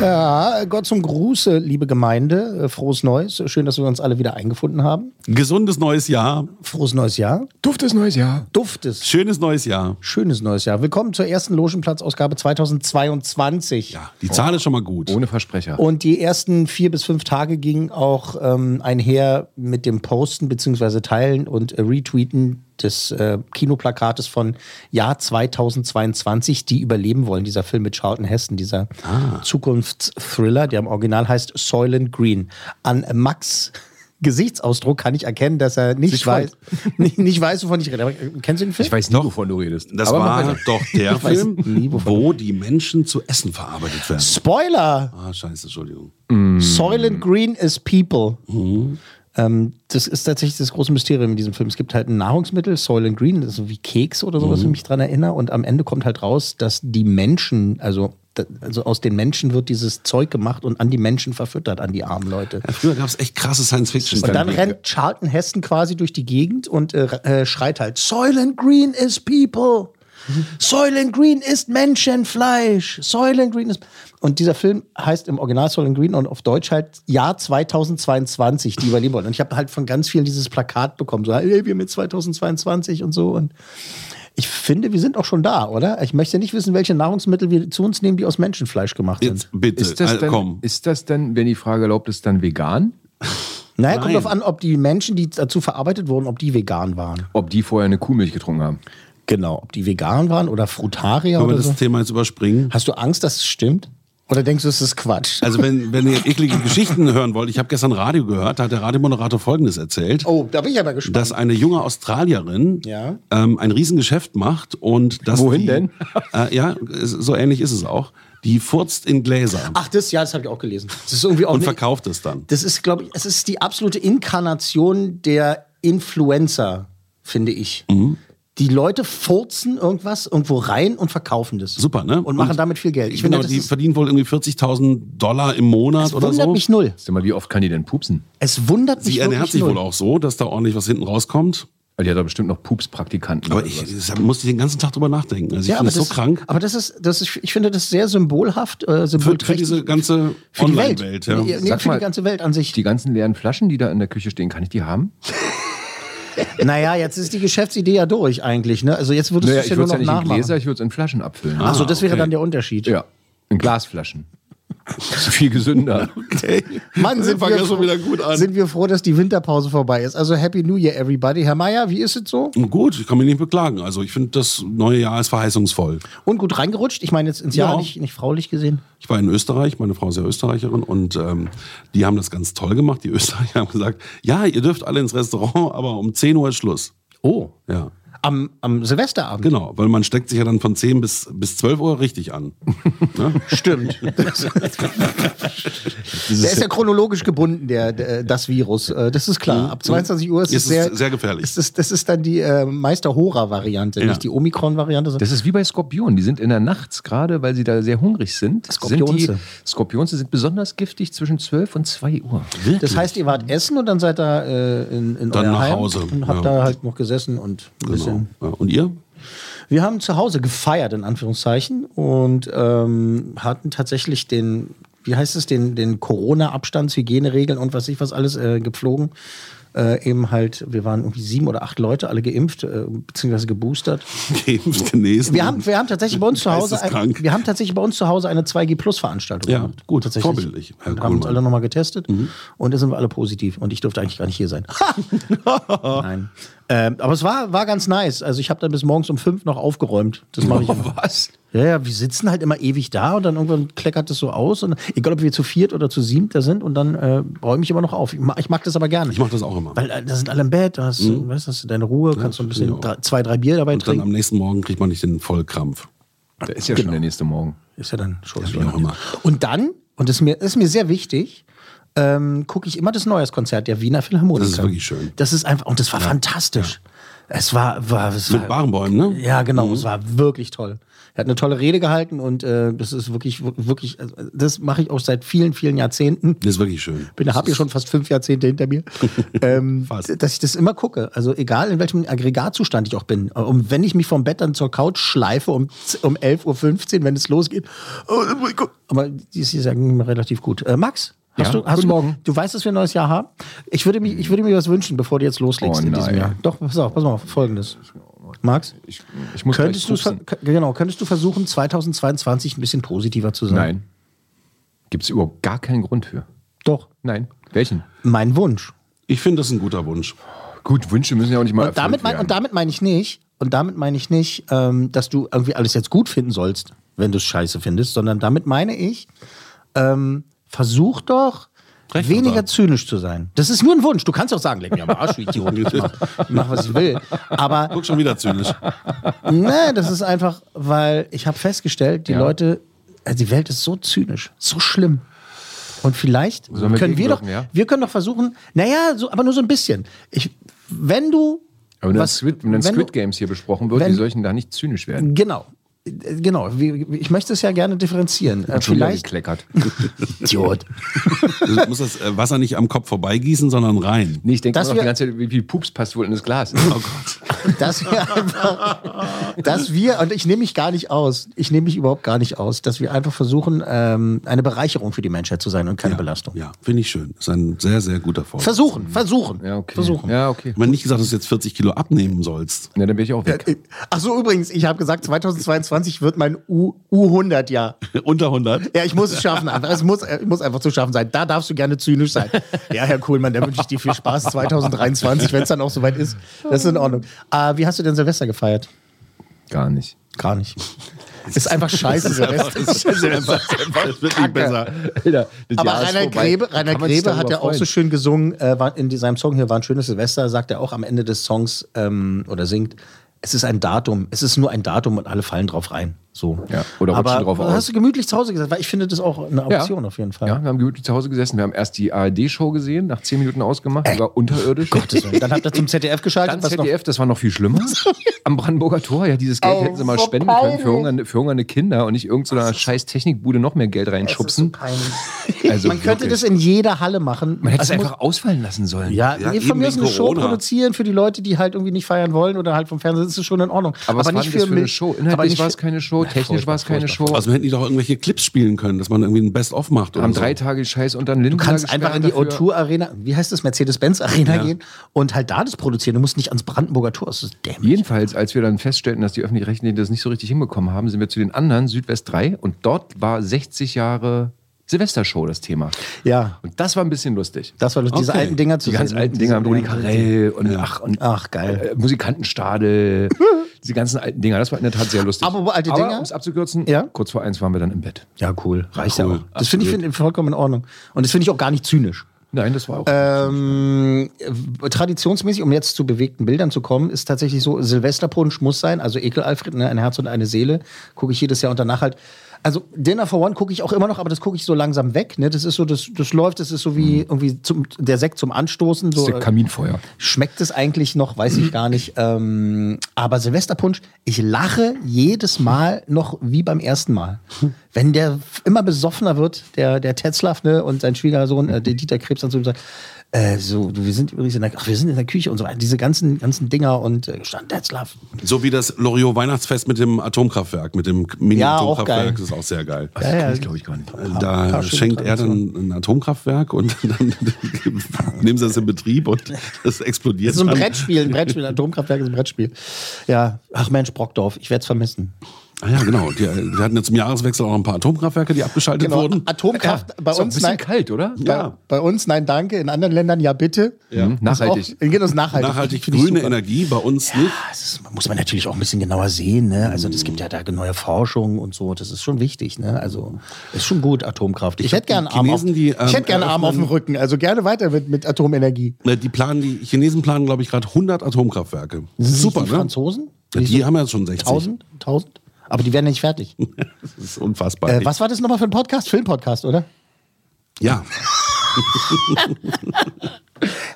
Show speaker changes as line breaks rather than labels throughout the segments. Ja, Gott zum Gruße, liebe Gemeinde. Äh, Frohes Neues. Schön, dass wir uns alle wieder eingefunden haben.
Gesundes neues Jahr,
Frohes neues Jahr.
Duftes neues Jahr.
Duftes,
schönes neues Jahr.
schönes neues Jahr. Willkommen zur ersten Logenplatzausgabe 2022.
Ja, die Zahl ist schon mal gut.
Ohne Versprecher.
Und die ersten vier bis fünf Tage gingen auch ähm, einher mit dem Posten bzw. Teilen und äh, Retweeten des äh, Kinoplakates von Jahr 2022, die überleben wollen. Dieser Film mit Charlton Heston, dieser
Ah.
Zukunftsthriller, der im Original heißt Soylent Green. An Max Gesichtsausdruck kann ich erkennen, dass er nicht
Sich
weiß, nicht, nicht weiß, wovon ich rede. Aber, äh, kennst du den Film?
Ich weiß nie, wovon du redest.
Das
Aber mach
war
weiter.
doch der
Ich weiß
Film,
nie, wovon-
wo die Menschen zu Essen verarbeitet werden.
Spoiler!
Ah, scheiße, Entschuldigung.
Soylent Green is People. Ähm, das ist tatsächlich das große Mysterium in diesem Film. Es gibt halt ein Nahrungsmittel, Soylent Green, das ist so wie Keks oder sowas, wenn ich mich dran erinnere. Und am Ende kommt halt raus, dass die Menschen, also, da- also aus den Menschen wird dieses Zeug gemacht und an die Menschen verfüttert, an die armen Leute.
Ja, früher gab es echt krasse Science-Fiction.
Und dann rennt Charlton Heston quasi durch die Gegend und äh, äh, schreit halt: Soylent Green is people. Soylent Green ist Menschenfleisch. Soylent Green ist. Und dieser Film heißt im Original Soylent Green und auf Deutsch halt Jahr 2022, die überleben wollen. Und ich habe halt von ganz vielen dieses Plakat bekommen: so, hey, wir mit 2022 und so. Und ich finde, wir sind auch schon da, oder? Ich möchte nicht wissen, welche Nahrungsmittel wir zu uns nehmen, die aus Menschenfleisch gemacht sind.
Jetzt bitte,
Ist das,
also,
dann,
komm.
ist das dann, wenn die Frage erlaubt ist, dann vegan?
Naja, kommt
Nein.
drauf an, ob die Menschen, die dazu verarbeitet wurden, ob die vegan waren.
Ob die vorher eine Kuhmilch getrunken haben?
Genau, ob die vegan waren oder Frutarier
Können wir
oder
das
so.
Thema jetzt überspringen?
Hast du Angst, dass es stimmt? Oder denkst du, es ist Quatsch?
Also wenn, wenn ihr eklige Geschichten hören wollt, ich habe gestern Radio gehört, da hat der Radiomoderator Folgendes erzählt.
Oh, da bin ich aber gespannt.
dass eine junge Australierin
Ja.
ähm, ein Riesengeschäft macht und dass
Wohin
die,
denn?
Äh, ja, es- so ähnlich ist es auch. Die furzt in Gläser
Ach, das, ja, das habe ich auch gelesen. Das ist irgendwie auch.
und
ne-
verkauft es dann.
das ist, glaube ich, es ist die absolute Inkarnation der Influencer, finde ich.
Mhm.
Die Leute furzen irgendwas irgendwo rein und verkaufen das.
Super, ne?
Und machen damit viel Geld. Ich
genau,
finde, das
die
ist,
verdienen wohl irgendwie 40.000 Dollar im Monat oder
wundert
so.
mich null.
Sag mal, wie oft kann die denn pupsen?
Es wundert mich
Sie ernährt
wirklich
sich
null.
wohl auch so, dass da ordentlich was hinten rauskommt.
Weil die hat doch bestimmt noch Pupspraktikanten.
Aber
oder
ich
sowas.
das musste ich den ganzen Tag drüber nachdenken. Also ich finde das so krank
Aber das ist, das ist, ich finde das sehr symbolhaft, äh,
für,
symbolträchtig.
für diese ganze
Für die Welt.
Online-Welt. Ja.
Nee, nee,
Sag
für
mal-
die ganze Welt an sich.
die ganzen leeren Flaschen, die da in der Küche stehen, kann ich die haben?
Naja, jetzt ist die Geschäftsidee ja durch eigentlich. Ne? Also jetzt würdest du es ja nur
würd's
noch
in
nachmachen.
Gläser, ich würde es in Flaschen abfüllen.
Achso, das wäre
okay.
dann der Unterschied.
Ja, in Glasflaschen. Das ist viel gesünder.
Okay.
Mann, sind
Fangen
wir,
ja schon
froh-
wieder gut an.
sind wir froh, dass die Winterpause vorbei ist. Also Happy New Year, everybody. Herr Meier, wie ist es so?
Gut, ich kann mich nicht beklagen. Also ich finde, das neue Jahr ist verheißungsvoll.
Und gut reingerutscht? Ich meine jetzt ins Jahr
Ja.
nicht, nicht fraulich gesehen.
Ich war in Österreich, meine Frau ist ja Österreicherin und ähm, die haben das ganz toll gemacht. Die Österreicher haben gesagt, ja, ihr dürft alle ins Restaurant, aber um 10 Uhr ist Schluss.
Oh.
Ja,
Am, am Silvesterabend.
genau, weil man steckt sich ja dann von 10 bis, bis 12 Uhr richtig an. ne?
Stimmt. der ist ja chronologisch gebunden, der, der, das Virus. Äh, Das ist
Mhm.
klar. Ab 22 Uhr ist es
Es ist
sehr,
sehr gefährlich.
Ist es, das ist dann die äh, Meister-Hora-Variante, nicht die Omikron-Variante.
Das ist wie bei Skorpionen. Die sind in der Nacht, gerade weil sie da sehr hungrig sind.
Skorpionze.
Sind die, Skorpionze sind besonders giftig zwischen 12 und 2 Uhr.
Das heißt, ihr wart essen und dann seid ihr äh, in, in
Dann
euer
nach
Heim
Hause,
und habt
ja.
da halt noch gesessen und
Genau.
ein bisschen.
Ja. Und ihr?
Wir haben zu Hause gefeiert, in Anführungszeichen, und ähm, hatten tatsächlich den, wie heißt es, den, den Corona-Abstands, Hygieneregeln und was ich was alles äh, gepflogen. Äh, eben halt, wir waren irgendwie sieben oder acht Leute, alle geimpft, äh, beziehungsweise geboostert.
Geimpft, genesen.
Wir haben, wir haben tatsächlich bei uns zu Hause, ein,
Geisteskrank.
wir haben tatsächlich bei uns zu Hause eine 2G Plus Veranstaltung
Ja,
gemacht.
gut,
tatsächlich.
vorbildlich, Herr
Und haben uns
Kuhlmann.
alle nochmal getestet
Mhm.
und da sind wir alle positiv. Und ich durfte eigentlich gar nicht hier sein. Nein. Ähm, aber es war, war ganz nice. Also ich habe dann bis morgens um fünf noch aufgeräumt. Das mache ich. immer.
was?
Ja, ja, wir sitzen halt immer ewig da und dann irgendwann kleckert es so aus. Und egal, ob wir zu viert oder zu siebt da sind und dann äh, räume ich immer noch auf. Ich mag, ich mag das aber gerne.
Ich mache das auch immer.
Weil äh, da sind alle im Bett, da hast, du, weißt, du, hast du deine Ruhe, kannst du ein
finde ich
bisschen
auch.
drei, zwei, drei Bier dabei
Und dann am
trinken.
nächsten Morgen kriegt man nicht den Vollkrampf.
Da ist ja schon der nächste Morgen.
Ist ja dann schon.
wie auch immer.
Und dann, und das ist mir, das ist mir sehr wichtig, ähm, gucke ich immer das Neujahrskonzert der Wiener Philharmoniker.
Das ist wirklich schön.
Das ist einfach, und das war fantastisch. Es war, war, es
Mit
war
Barenbäumen, ne?
Äh, Ja, genau. Es war wirklich toll. Er hat eine tolle Rede gehalten und äh, das ist wirklich, wir- wirklich, also, das mache ich auch seit vielen, vielen Jahrzehnten.
Das ist wirklich schön.
Bin, habe ja schon fast fünf Jahrzehnte hinter mir, ähm,
Fast.
dass ich das immer gucke. Also egal in welchem Aggregatzustand ich auch bin. Und wenn ich mich vom Bett dann zur Couch schleife um, z- um 11.15 Uhr, wenn es losgeht. Oh, ich guck- Aber die ist sagen immer relativ gut. Äh, Max, hast
Ja?
du, hast
Guten
du,
Morgen.
du weißt, dass wir ein neues Jahr haben? Ich würde, mich, ich würde mir was wünschen, bevor du jetzt loslegst
Oh
in diesem
nein.
Jahr. Doch, pass auf, pass mal auf, folgendes. Max?
Ich, ich muss
Könntest du,
gleich
ver-
pupsen.
kö- genau, könntest du versuchen, 2022 ein bisschen positiver zu sein?
Nein. Gibt es überhaupt gar keinen Grund für.
Doch,
Nein. Welchen?
mein Wunsch.
Ich finde das ist ein guter Wunsch.
Gut, Wünsche müssen ja auch nicht mal
Und damit, mein, und
erfüllt werden.
damit meine ich nicht, und damit meine ich nicht, ähm, dass du irgendwie alles jetzt gut finden sollst, wenn du es scheiße findest, sondern damit meine ich, ähm, versuch doch,
Recht
weniger
haben.
zynisch zu sein. Das ist nur ein Wunsch. Du kannst auch sagen, leck mir am Arsch, du Idiot. Ich mach, ich mach, was ich will. Aber
Guck schon wieder zynisch.
nee, das ist einfach, weil ich habe festgestellt, die
Ja.
Leute, also die Welt ist so zynisch, so schlimm. Und vielleicht
wir
können wir doch,
gegenwirken, ja?
wir können doch versuchen, naja, so, aber nur so ein bisschen. Ich, wenn du,
Aber wenn
was-
was, Squid, wenn dann
wenn du-
Squid Games hier besprochen wird,
wenn-
die solchen da nicht zynisch werden.
genau, äh, genau, wie- wie- ich möchte es ja gerne differenzieren. Äh,
Schon wieder
Vielleicht,
gekleckert.
Idiot.
Du musst das äh, Wasser nicht am Kopf vorbeigießen, sondern rein.
Nee, ich denke
Dass
noch die
wir-
ganze Zeit, wie viel Pups passt wohl in das Glas. Oh
dass wir einfach, dass wir, und ich nehme mich gar nicht aus, ich nehme mich überhaupt gar nicht aus, dass wir einfach versuchen, ähm, eine Bereicherung für die Menschheit zu sein und keine Belastung.
Ja, finde ich schön. Ist ein sehr, sehr guter Vorschlag.
Versuchen, versuchen,
Ja, okay.
versuchen.
Ja, okay.
Man nicht gesagt, dass du jetzt 40 Kilo abnehmen sollst.
Ja, dann bin ich auch weg.
Ach so, übrigens, ich habe gesagt, 2022 wird mein U U100-Jahr.
Unter 100.
Ja, ich muss es schaffen. einfach. Es muss, es muss einfach zu schaffen sein. Da darfst du gerne zynisch sein. Ja, Herr Kohlmann, da wünsche ich dir viel Spaß 2023, wenn es dann auch soweit ist. Das ist in Ordnung. Äh, wie hast du denn Silvester gefeiert?
Gar nicht.
Gar nicht. Ist einfach scheiße, Silvester.
Das wird nicht besser.
Alter, das
Aber
Jahr ist
Rainer
vorbei.
Grebe, Rainer
Kann man sich
Grebe hat
darüber
ja auch
freuen?
so schön gesungen, äh, war in seinem Song hier war ein schönes Silvester, sagt er auch am Ende des Songs ähm, oder singt, es ist ein Datum, es ist nur ein Datum und alle fallen drauf rein. So.
Ja, oder rutschen
Aber
drauf aus.
hast du gemütlich zu Hause gesagt, weil ich finde das auch eine Option auf jeden Fall.
Ja, wir haben gemütlich zu Hause gesessen. Wir haben erst die ARD-Show gesehen, nach zehn Minuten ausgemacht, die war unterirdisch. Gottes
Und dann habt ihr zum ZDF geschaltet,
Dann
was noch
ZDF, das war noch viel schlimmer. Am Brandenburger Tor, ja, dieses Geld hätten sie mal spenden können für hungernde, für hungernde Kinder und nicht irgendeiner so scheiß Technikbude noch mehr Geld reinschubsen. Also
Man könnte
wirklich.
das in jeder Halle machen.
Man hätte es
Also muss-
einfach ausfallen lassen sollen.
ja,
Ja,
nee, von
eben
mir ist
wegen
eine Show
Corona.
produzieren für die Leute, die halt irgendwie nicht feiern wollen oder halt vom Fernsehen ist es schon in Ordnung.
aber, was war denn das für eine
mich-
Show?
aber
Inhaltlich
nicht
war es
für-
keine Show, technisch war es keine Show.
Also hätten die doch irgendwelche Clips spielen können, dass man irgendwie ein Best-of macht. oder
haben
so.
drei Tage Scheiß unter den Linden.
Also Du kannst einfach in die O2 Arena, wie heißt das, Mercedes-Benz Arena gehen und halt da das produzieren. Du musst nicht ans Brandenburger Tor, das ist dämlich.
Jedenfalls, als wir dann feststellten, dass die Öffentlich-Rechtlichen das nicht so richtig hinbekommen haben, sind wir zu den anderen, Südwest 3, und dort war 60 Jahre Silvestershow das Thema.
Ja,
Und das war ein bisschen lustig.
das war diese
Okay.
alten Dinger zu
Die ganz
sehen.
alten Dinger mit Rudi Carell und, ach, und
Ach, geil.
äh, Musikantenstadel, diese ganzen alten Dinger. Das war in der Tat sehr lustig.
Apropos alte Dinger?
um es abzukürzen,
Ja.
kurz vor eins waren wir dann im Bett.
Ja, cool. Reicht ja,
cool.
auch. Das finde ich find, vollkommen in Ordnung. Und das finde ich auch gar nicht zynisch.
Nein, das war auch.
Äh, Ähm, äh, traditionsmäßig, um jetzt zu bewegten Bildern zu kommen, ist tatsächlich so, Silvesterpunsch muss sein, also Ekel Alfred, ne, ein Herz und eine Seele, gucke ich jedes Jahr und danach halt, also Dinner for One gucke ich auch immer noch, aber das gucke ich so langsam weg, ne, das ist so, das, das läuft, das ist so wie irgendwie zum, der Sekt zum Anstoßen,
das
so,
Mhm. ist der Kaminfeuer.
Schmeckt es eigentlich noch? Weiß ich gar nicht. Ähm, aber Silvesterpunsch, ich lache jedes Mal noch wie beim ersten Mal. Wenn der f- immer besoffener wird, der, der Tetzlaff ne, und sein Schwiegersohn, äh, der Dieter Krebs, dann zu ihm sagt, äh, so, du, wir sind übrigens in der, ach, wir sind in der Küche und so weiter. Diese ganzen, ganzen Dinger und äh, stand Tetzlaff.
So wie das Loriot Weihnachtsfest mit dem Atomkraftwerk, mit dem Mini-Atomkraftwerk,
Ja, auch geil.
das ist auch sehr geil.
Das kann ich, glaube ich, gar nicht.
Da schenkt er dann ein Atomkraftwerk und dann nehmen sie das in Betrieb und das explodiert.
Das ist so ein
dann.
Brettspiel, ein Brettspiel, ein Atomkraftwerk ist ein Brettspiel. Ja, ach Mensch, Brockdorf, ich werde es vermissen.
Ah ja, genau. Die, äh, wir hatten ja zum Jahreswechsel auch noch ein paar Atomkraftwerke, die abgeschaltet
Genau.
wurden.
Atomkraft bei
ist auch ein
uns
bisschen
nein,
kalt, oder?
bei,
Ja.
Ah. bei uns nein, danke. In anderen Ländern ja bitte.
Mhm, Nachhaltig.
Auch, genau, ist nachhaltig.
Nachhaltig
Finde ich
grüne
super.
Energie, bei uns nicht.
Das ist, muss man natürlich auch ein bisschen genauer sehen. Ne? Also es gibt ja da neue Forschung und so. Das ist schon wichtig. Ne? Also ist schon gut Atomkraft. Ich, hätte gerne
die
Arm, auf,
Chinesen, die, ähm,
ich hätte gerne Arm auf dem
eröffnen-
Rücken. Also gerne weiter mit, mit Atomenergie.
Äh, Die planen, die Chinesen planen, glaube ich, gerade 100 Atomkraftwerke. Super,
die
ne?
Franzosen?
Ja, die haben ja schon 60.
1000, 1000. Aber die werden ja nicht fertig.
Das ist unfassbar.
Äh, was war das nochmal für ein Podcast? Filmpodcast, oder?
Ja.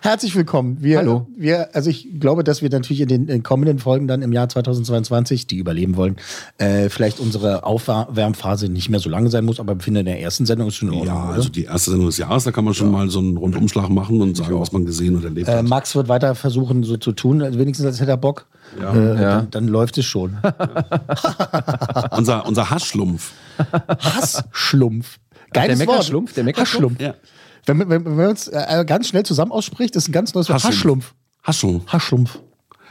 Herzlich willkommen. Wir,
Hallo.
Wir, also ich glaube, dass wir natürlich in den äh, kommenden Folgen dann im Jahr 2022, die überleben wollen, äh, vielleicht unsere Aufwärmphase nicht mehr so lange sein muss, aber wir finden in der ersten Sendung ist schon in Ordnung.
Ja,
oder?
also die erste Sendung des Jahres, da kann man schon mal so einen Rundumschlag machen und sagen, was man gesehen und erlebt
Äh,
hat.
Max wird weiter versuchen, so zu tun, also wenigstens als hätte er Bock. äh,
Ja.
Dann, dann läuft es schon.
Unser, unser Haschschlumpf.
Hassschlumpf. Geiles
der
Wort.
Meckerschlumpf, der Meckerschlumpf.
Hassschlumpf. Wenn, man- wenn, wenn man uns äh, ganz schnell zusammen ausspricht, ist ein ganz neues Wort. Haschlumpf.
Haschschlumpf.
Haschlumpf.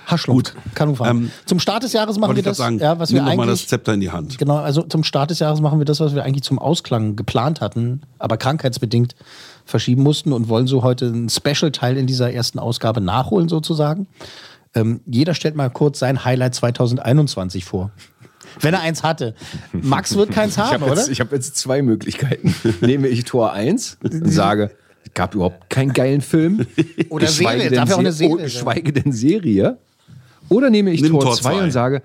Haschlumpf.
Gut.
Kann umfahren.
Ähm,
zum Start des Jahres machen
Wollte
wir
ich gerade sagen,
das, ja, was
nimm
wir
doch mal das
eigentlich.
Zepter in die Hand.
Genau, also zum Start des Jahres machen wir das, was wir eigentlich zum Ausklang geplant hatten, aber krankheitsbedingt verschieben mussten und wollen so heute einen Special-Teil in dieser ersten Ausgabe nachholen, sozusagen. Ähm, jeder stellt mal kurz sein Highlight 2021 vor. Wenn er eins hatte. Max wird keins
Ich
haben,
habe
oder?
jetzt, ich hab jetzt zwei Möglichkeiten. Nehme ich Tor 1 und sage, es gab überhaupt keinen geilen Film.
Oder
geschweige
Serie,
denn
darf ja auch eine
Se-
Serie
oh,
sein.
Geschweige denn Serie. Oder nehme ich
Nimm
Tor
Tor
2
zwei.
und sage,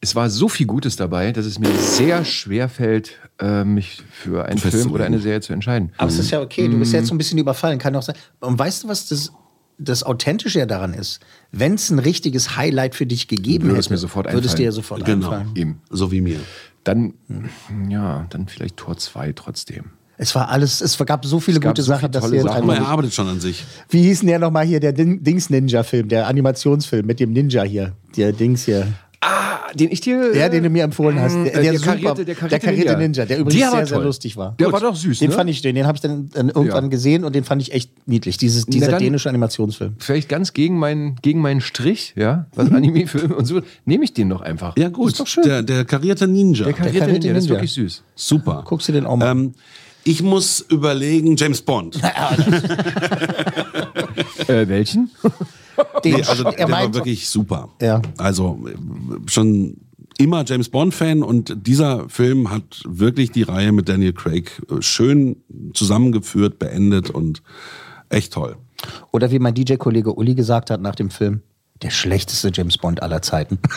es war so viel Gutes dabei, dass es mir sehr schwer fällt, äh, mich für einen Film oder eine Serie zu entscheiden.
Aber es ist ja okay, du bist ja jetzt so ein bisschen überfallen, kann auch sein. Und weißt du, was das, das Authentische ja daran ist? Wenn es ein richtiges Highlight für dich gegeben
Würde
hätte,
es mir sofort
würde es dir
einfallen.
ja sofort
Genau.
einfallen.
Eben.
So wie mir.
Dann, ja, dann vielleicht Tor 2 trotzdem.
Es war alles, es gab so viele
gab
gute
so viele
Sachen, dass
tolle
wir jetzt
Sachen.
Aber
einmal
er arbeitet schon an sich.
Wie hieß denn der nochmal hier, der Din- Dings-Ninja-Film, der Animationsfilm mit dem Ninja hier? Der Dings hier.
Ah, den ich dir.
Der, den du mir empfohlen hast. Der, der,
Mm, äh, der
super,
karierte- der karierte
Ninja.
Ninja.
der übrigens
Der war
sehr, sehr
toll.
lustig war.
Der
Gut.
war doch süß,
Den
ne?
fand ich, den, den habe ich dann äh, irgendwann
Ja.
gesehen und den fand ich echt niedlich. Dieses, dieser
dann-
dänische Animationsfilm.
vielleicht ganz gegen meinen, gegen meinen Strich, ja, was Anime-Filme und so, nehme ich den doch einfach.
Ja, gut. Der, der karierte Ninja.
der karierte
karierte
Ninja, das ist
Ninja.
wirklich süß.
Super.
Guckst du den auch mal?
Ähm, ich muss überlegen, James Bond.
Äh, welchen?
den,
Nee, also der war
meint-
wirklich super.
Ja.
Also äh, schon immer James Bond-Fan und dieser Film hat wirklich die Reihe mit Daniel Craig äh, schön zusammengeführt, beendet und echt toll.
Oder wie mein DJ-Kollege Uli gesagt hat nach dem Film, der schlechteste James Bond aller Zeiten.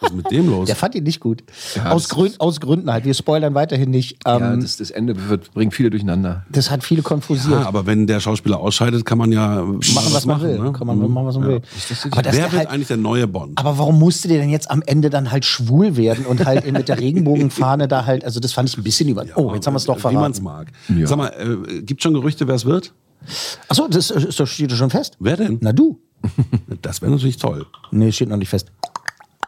Was ist mit dem los?
der fand ihn nicht gut. aus, Grün, aus Gründen halt. Wir spoilern weiterhin nicht. Ähm,
Ja,
das,
das, das Ende wird, bringt viele durcheinander.
hat viele konfusiert.
Ja, Ah, aber wenn der Schauspieler ausscheidet, kann man ja machen,
machen, was man will.
ne?
Kann man machen, was man will. Aber, dass
Wer
der
wird
halt,
eigentlich der neue Bond?
aber warum musste der denn jetzt am Ende dann halt schwul werden und halt eben mit der Regenbogenfahne da halt, also das fand ich ein bisschen über. oh, jetzt haben wir es doch
äh, Wie man's
verraten.
mag. Sag mal, äh, gibt schon Gerüchte, wer es wird?
Achso, das ist, ist doch- steht doch schon fest.
Wer denn?
Na du.
Das wäre natürlich toll.
Nee, steht noch nicht fest.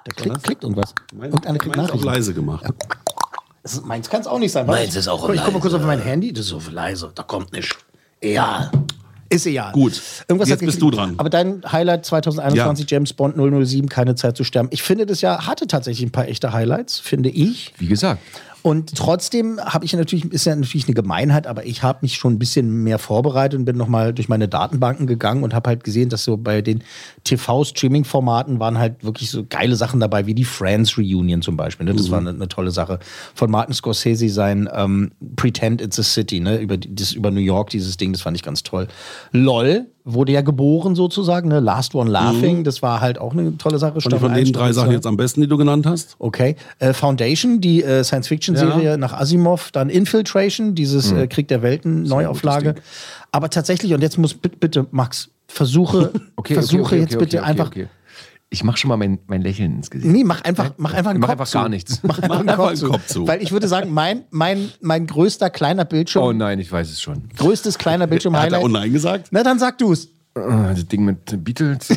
Da klickt, klickt irgendwas. Irgendeine kriegt
Meins auch
Nachrichten.
leise gemacht.
Das ist- Meins kann es auch nicht sein. Meins ist auch Ich gucke mal kurz auf mein Handy, das ist auf leise, da kommt nicht. Ja. Ist egal.
Gut.
Irgendwas
Jetzt
hat
bist
geklickt.
du dran.
Aber dein Highlight 2021, James Bond 007, keine Zeit zu sterben. Ich finde, das Jahr hatte tatsächlich ein paar echte Highlights, finde ich.
Wie gesagt,
Und trotzdem habe ich natürlich, ist ja natürlich eine Gemeinheit, aber ich habe mich schon ein bisschen mehr vorbereitet und bin nochmal durch meine Datenbanken gegangen und habe halt gesehen, dass so bei den TV-Streaming-Formaten waren halt wirklich so geile Sachen dabei, wie die Friends Reunion zum Beispiel. Ne? Das
Mhm.
war eine, eine tolle Sache. Von Martin Scorsese sein ähm, Pretend It's a City, ne? über, die- das, über New York, dieses Ding, das fand ich ganz toll. LOL wurde ja geboren sozusagen, ne? Last One Laughing, das war halt auch eine tolle Sache.
Und
Staffel
Mhm. von
eins,
den drei
Staffel
Sachen
zwei.
jetzt am besten, die du genannt hast?
Okay. Äh, Foundation, die äh, Science-Fiction-Serie nach Asimov, dann Infiltration, dieses
Hm.
äh, Krieg der Welten, Neuauflage. Aber tatsächlich, und jetzt muss bitte, bitte Max, versuche,
okay,
versuche
okay, okay,
jetzt
okay,
bitte
okay,
einfach.
Okay. Ich mache schon mal mein, mein Lächeln ins Gesicht.
Nee, mach einfach, mach einfach einen
Mach
Kopf
einfach
zu.
gar nichts.
Mach einfach einen
einfach
Kopf,
einen
zu.
Kopf zu.
Weil ich würde sagen, mein, mein, mein größter kleiner Bildschirm,
Oh nein, ich weiß es schon.
größtes kleiner
Hat er
Bildschirm-Highlight.
online gesagt?
Na, dann sag du es.
Ah, Das Ding mit Beatles.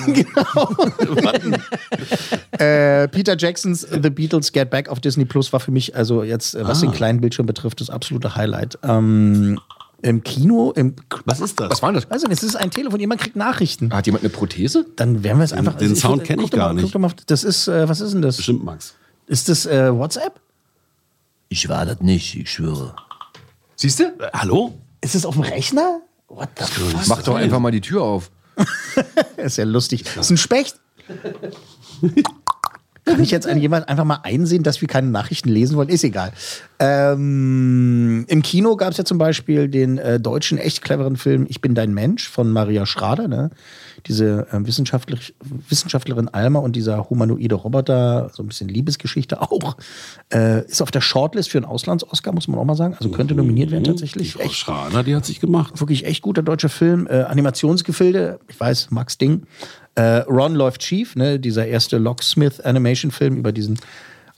Äh, Peter Jacksons The Beatles Get Back auf Disney Plus war für mich, also jetzt, äh, was
Ah.
den kleinen Bildschirm betrifft, das absolute Highlight. Ähm, Im Kino, im
Was ist das? Ah.
Was war denn das?
Also, es ist ein Telefon, jemand kriegt Nachrichten.
Hat jemand eine Prothese?
Dann werden wir es einfach.
den
ich
Sound
würd-
kenn ich
guck doch
gar
mal,
nicht.
guck doch mal auf- das ist, äh, was ist denn das?
Bestimmt, Max.
Ist das äh, WhatsApp?
Ich war das nicht, ich schwöre.
Siehst du?
Hallo?
Ist es auf dem Rechner? What the fuck?
Mach doch einfach mal die Tür auf.
Ist ja lustig. Ist ein Specht. Kann ich jetzt an jemand einfach mal einsehen, dass wir keine Nachrichten lesen wollen? Ist egal. Ähm, Im Kino gab es ja zum Beispiel den äh, deutschen echt cleveren Film Ich bin dein Mensch von Maria Schrader, ne? Diese ähm, wissenschaftlich, Wissenschaftlerin Alma und dieser humanoide Roboter, so ein bisschen Liebesgeschichte auch, äh, ist auf der Shortlist für einen Auslands-Oscar, muss man auch mal sagen. Also könnte nominiert werden tatsächlich.
Die Frau
Echt
Schrader, die hat sich gemacht.
wirklich echt guter deutscher Film. Äh, Animationsgefilde, ich weiß, Max Ding. Äh, Ron läuft schief, ne? dieser erste Locksmith-Animation-Film über diesen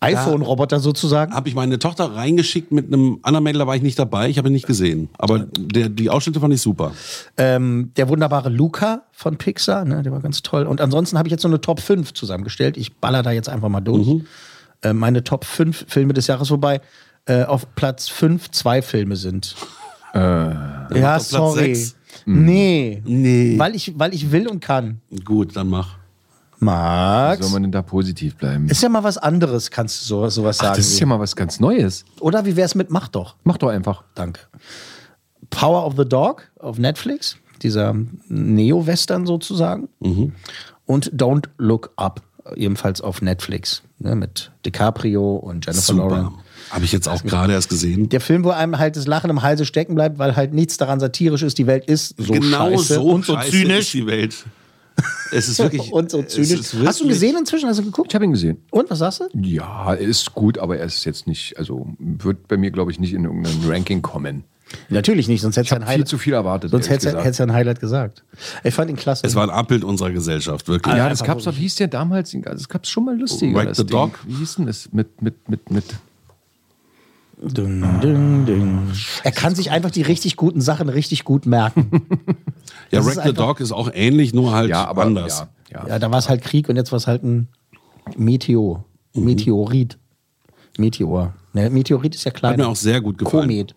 iPhone-Roboter sozusagen.
Habe ich meine Tochter reingeschickt mit einem anderen Mädel, da war ich nicht dabei, ich habe ihn nicht gesehen. Aber der, die Ausschnitte fand ich super.
Ähm, Der wunderbare Luca von Pixar, ne? der war ganz toll. Und ansonsten habe ich jetzt so eine Top 5 zusammengestellt. Ich baller da jetzt einfach mal durch.
Mhm.
Äh, meine Top 5 Filme des Jahres, wobei äh, auf Platz 5 zwei Filme sind. ja,
Äh. auf Platz
sorry.
sechs.
Nee.
Nee.
Weil ich, weil ich will und kann.
Gut, dann mach.
Max.
Soll man denn da positiv bleiben?
Ist ja mal was anderes, kannst du so, sowas sagen.
Ach, das ist ja mal was ganz Neues.
Oder wie wär's mit Mach doch?
Mach doch einfach.
Danke. Power of the Dog auf Netflix, dieser Neo-Western sozusagen.
Mhm.
Und Don't Look Up, ebenfalls auf Netflix, ne, mit DiCaprio und Jennifer
Super.
Lawrence.
Habe ich jetzt auch gerade erst gesehen.
Der Film, wo einem halt das Lachen im Halse stecken bleibt, weil halt nichts daran satirisch ist. Die Welt ist so scheiße und so
Genau scheiße
zynisch.
ist die Welt. Es ist wirklich
und so
es
zynisch.
ist wirklich-
Hast du ihn gesehen inzwischen? Hast du
Ich
geguckt?
habe ihn gesehen.
Und was sagst du?
Ja, er ist gut, aber er ist jetzt nicht, also wird bei mir, glaube ich, nicht in irgendein Ranking kommen.
Natürlich nicht, sonst hättest du ein
Viel
Highlight.
zu viel erwartet.
Sonst
ehrlich
hättest du
gesagt.
hättest du ein Highlight gesagt. Ich fand ihn klasse.
Es war ein Abbild unserer Gesellschaft, wirklich.
Ja, das gab's doch, wie hieß der damals? Also, Das gab's schon mal lustiger.
Wag
das
the Dog?
Wie hieß denn das? Mit, mit, mit, mit.
Ding, ding, ding. Er kann sich einfach die richtig guten Sachen richtig gut merken.
ja
das ist
Rack the
einfach-
Dog ist auch ähnlich, nur halt
Ja, aber
anders.
Ja, ja.
Ja, da war es halt Krieg und jetzt war es halt ein Meteor.
Mhm.
Meteorit. Meteor. Ne, Meteorit ist ja klein.
Hat mir auch sehr gut gefallen.
Komet.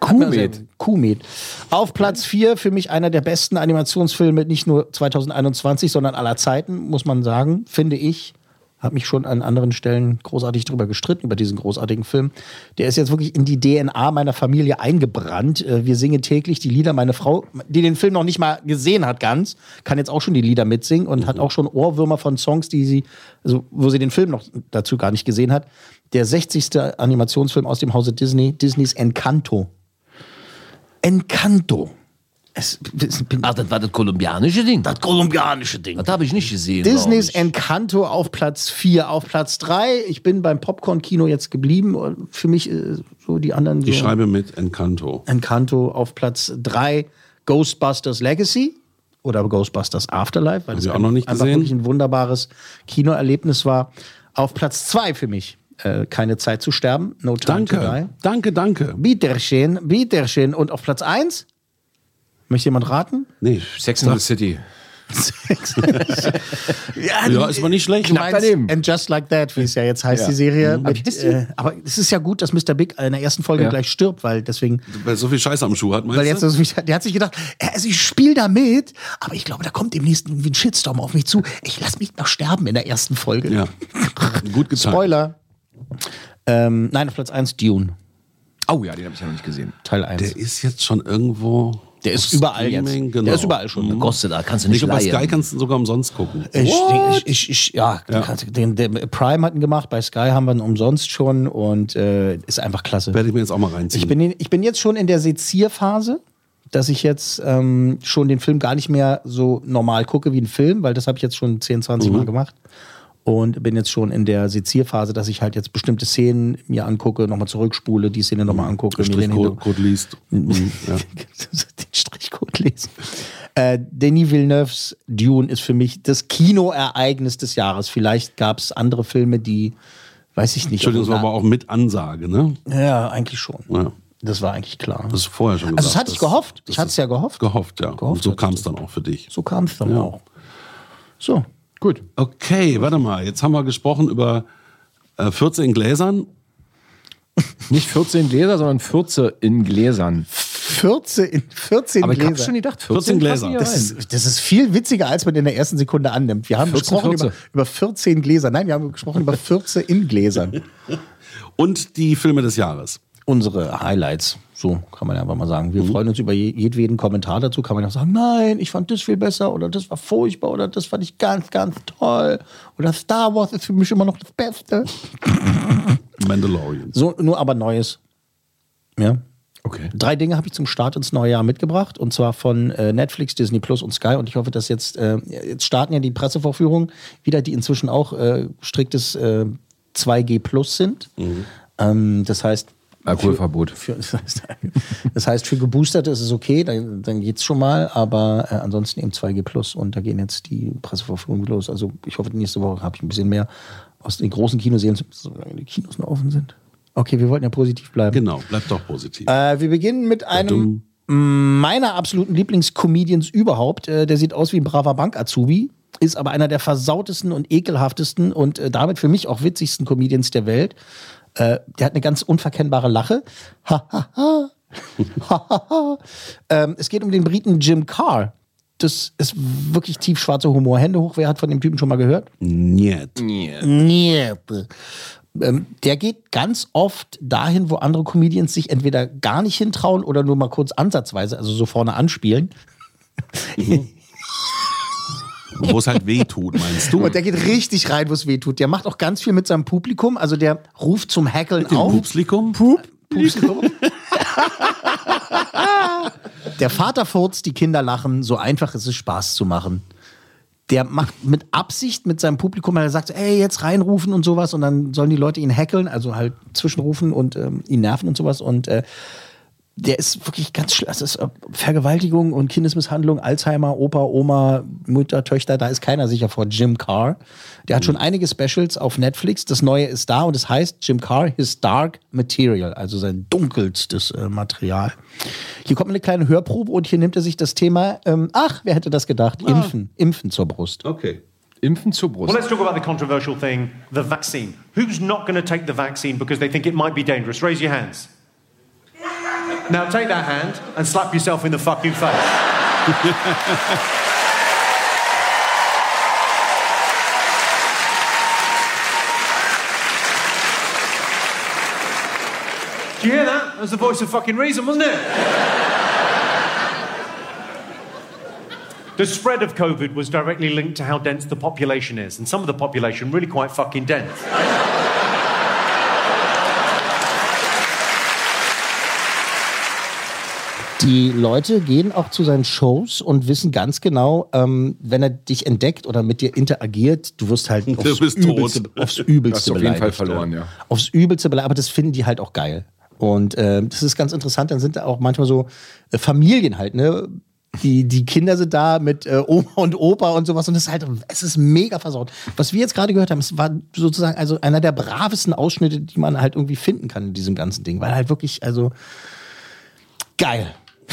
Hat mir sehr- Komet. Auf Platz 4 für mich einer der besten Animationsfilme, nicht nur 2021, sondern aller Zeiten, muss man sagen, finde ich. Habe mich schon an anderen Stellen großartig drüber gestritten, über diesen großartigen Film. Der ist jetzt wirklich in die DNA meiner Familie eingebrannt. Äh, Wir singen täglich die Lieder. Meine Frau, die den Film noch nicht mal gesehen hat ganz, kann jetzt auch schon die Lieder mitsingen und hat auch schon Ohrwürmer von Songs, die sie, also wo sie den Film noch dazu gar nicht gesehen hat. Der 60. Animationsfilm aus dem Hause Disney, Disneys Encanto. Encanto. Es, es,
Ach, Ah, das war das kolumbianische Ding. Das
kolumbianische Ding.
habe ich nicht gesehen.
Disneys
glaub ich.
Encanto auf Platz 4. Auf Platz 3, ich bin beim Popcorn-Kino jetzt geblieben. Für mich äh, so die anderen.
Ich
so.
schreibe mit Encanto.
Encanto auf Platz 3, Ghostbusters Legacy oder Ghostbusters Afterlife, weil das
ich auch noch nicht
einfach
gesehen.
wirklich ein wunderbares Kinoerlebnis war. Auf Platz 2 für mich, äh, keine Zeit zu sterben, No Time to Die.
Danke, danke, danke.
Bitterschön, bitterschön. Und auf Platz 1? Möchte jemand raten?
Nee.
Sex in the City.
Ja, ist aber nicht schlecht.
Du meinst
daneben.
And Just Like That, wie es ja jetzt heißt, die Serie.
Mhm.
Mit, äh, aber es ist ja gut, dass Mr. Big in der ersten Folge
Ja.
gleich stirbt, weil deswegen,
Weil so viel Scheiße am Schuh hat, meinst
weil jetzt,
du?
also, der hat sich gedacht, äh, also ich spiele da mit, aber ich glaube, da kommt demnächst irgendwie ein Shitstorm auf mich zu. Ich lasse mich noch sterben in der ersten Folge.
Ja. Gut getan.
Spoiler. Ähm, nein, auf Platz 1 Dune,
Oh ja, den habe ich ja noch nicht gesehen.
Teil 1.
Der ist jetzt schon irgendwo.
Der
auf
ist überall
Streaming,
jetzt.
Genau.
Der ist überall schon.
Mhm.
Kostet da, kannst du
Ich
nicht
glaube, bei Sky
leihen.
kannst du ihn sogar umsonst gucken. Oh,
Ich, ich, ich, ich, ja, Den, den Prime hatten gemacht, bei Sky haben wir ihn umsonst schon und äh, ist einfach klasse.
Werde ich mir jetzt auch mal reinziehen.
Ich bin, in- ich bin jetzt schon in der Sezierphase, dass ich jetzt ähm, schon den Film gar nicht mehr so normal gucke wie ein Film, weil das habe ich jetzt schon 10, 20 Mal gemacht. Und bin jetzt schon in der Sezierphase, dass ich halt jetzt bestimmte Szenen mir angucke, nochmal zurückspule, die Szene nochmal angucke. mir den
Strichcode
Hintergrund-
Code liest. Mhm, Hm, ja.
den Strichcode lesen. Äh, Denis Villeneuves Dune ist für mich das Kinoereignis des Jahres. Vielleicht gab es andere Filme, die, weiß ich nicht.
Entschuldigung, das war aber auch mit Ansage, ne?
Ja, eigentlich schon.
Ja.
Das war eigentlich klar.
Das ist vorher schon gesagt.
Also das hatte ich gehofft.
das
Ich hatte es ja
ist
gehofft.
Gehofft, ja.
Gehofft
Und so
hatte
kam es dann auch für dich.
So kam es dann auch. So.
Gut.
Okay, warte mal. Jetzt haben wir gesprochen über äh, 14 Gläsern.
Nicht 14 Gläser, sondern 14 in Gläsern.
14, 14
Aber ich
Gläser.
habe schon gedacht,
14
14,
Gläser.
passen hier
das,
rein.
ist, das ist viel witziger, als man in der ersten Sekunde annimmt. Wir haben
14,
gesprochen Über,
14.
über 14 Gläser. Nein, wir haben gesprochen über 14 in Gläsern.
Und die Filme des Jahres.
unsere Highlights. So kann man ja einfach mal sagen. Wir freuen uns über je- jedweden Kommentar dazu. Kann man auch sagen, nein, ich fand das viel besser oder das war furchtbar oder das fand ich ganz, ganz toll. Oder Star Wars ist für mich immer noch das Beste.
Mandalorian.
So, nur aber Neues. Ja.
Okay.
Drei Dinge habe ich zum Start ins neue Jahr mitgebracht und zwar von äh, Netflix, Disney Plus und Sky. Und ich hoffe, dass jetzt, äh, jetzt starten ja die Pressevorführungen wieder, die inzwischen auch äh, striktes äh, 2G Plus sind. Ähm, das heißt,
Alkoholverbot.
für, das, heißt, das heißt, für Geboosterte ist es okay, dann, dann geht es schon mal, aber äh, ansonsten eben 2G Plus und da gehen jetzt die Presseverfügungen los. Also ich hoffe, nächste Woche habe ich ein bisschen mehr aus den großen Kinoserien, solange die Kinos noch offen sind. Okay, wir wollten ja positiv bleiben.
Genau, bleibt doch positiv.
Äh, wir beginnen mit einem meiner absoluten Lieblingscomedians überhaupt. Äh, der sieht aus wie ein braver Bank-Azubi, ist aber einer der versautesten und ekelhaftesten und äh, damit für mich auch witzigsten Comedians der Welt. Äh, der hat eine ganz unverkennbare Lache. Ha, ha, ha. Ha, ha, ha. ähm, es geht um den Briten Jim Carr. Das ist wirklich tiefschwarzer Humor. Hände hoch, wer hat von dem Typen schon mal gehört?
Niet.
Niete. Ähm, der geht ganz oft dahin, wo andere Comedians sich entweder gar nicht hintrauen oder nur mal kurz ansatzweise, also so vorne anspielen.
Wo es halt weh tut, meinst du?
Und der geht richtig rein, wo es weh tut. Der macht auch ganz viel mit seinem Publikum, also der ruft zum Hackeln
Im
auf.
Pupslikum? Pup.
Publikum. der Vater furzt, die Kinder lachen, so einfach ist es Spaß zu machen. Der macht mit Absicht mit seinem Publikum, weil er sagt, ey, jetzt reinrufen und sowas und dann sollen die Leute ihn hackeln, also halt zwischenrufen und ähm, ihn nerven und sowas und äh, der ist wirklich ganz schlimm. Das ist äh, Vergewaltigung und Kindesmisshandlung, Alzheimer, Opa, Oma, Mutter, Töchter, da ist keiner sicher vor. Jim Carr. Der hat schon einige Specials auf Netflix. Das neue ist da und es heißt Jim Carr, His Dark Material, also sein dunkelstes äh, Material. Hier kommt eine kleine Hörprobe und hier nimmt er sich das Thema, ähm, ach, wer hätte das gedacht? Impfen, Impfen zur Brust.
Okay.
Impfen zur Brust.
Well, let's talk about the controversial thing the vaccine. Who's not going to take the vaccine because they think it might be dangerous? Raise your hands. Now take that hand and slap yourself in the fucking face. Do you hear that? That was the voice of fucking reason, wasn't it? The spread of COVID was directly linked to how dense the population is, and some of the population really quite fucking dense.
Die Leute gehen auch zu seinen Shows und wissen ganz genau, ähm, wenn er dich entdeckt oder mit dir interagiert, du wirst halt aufs
bist tot.
Übelste, aufs
Du hast
Übelste
auf jeden Fall
beleidigt. ne?
verloren, ja.
Aufs Übelste beleidigt. Aber das finden die halt auch geil. Und ähm, das ist ganz interessant. Dann sind da auch manchmal so äh, Familien halt, ne? Die, die Kinder sind da mit äh, Oma und Opa und sowas und es ist halt, es ist mega versaut. Was wir jetzt gerade gehört haben, es war sozusagen also einer der bravesten Ausschnitte, die man halt irgendwie finden kann in diesem ganzen Ding, weil halt wirklich, also geil.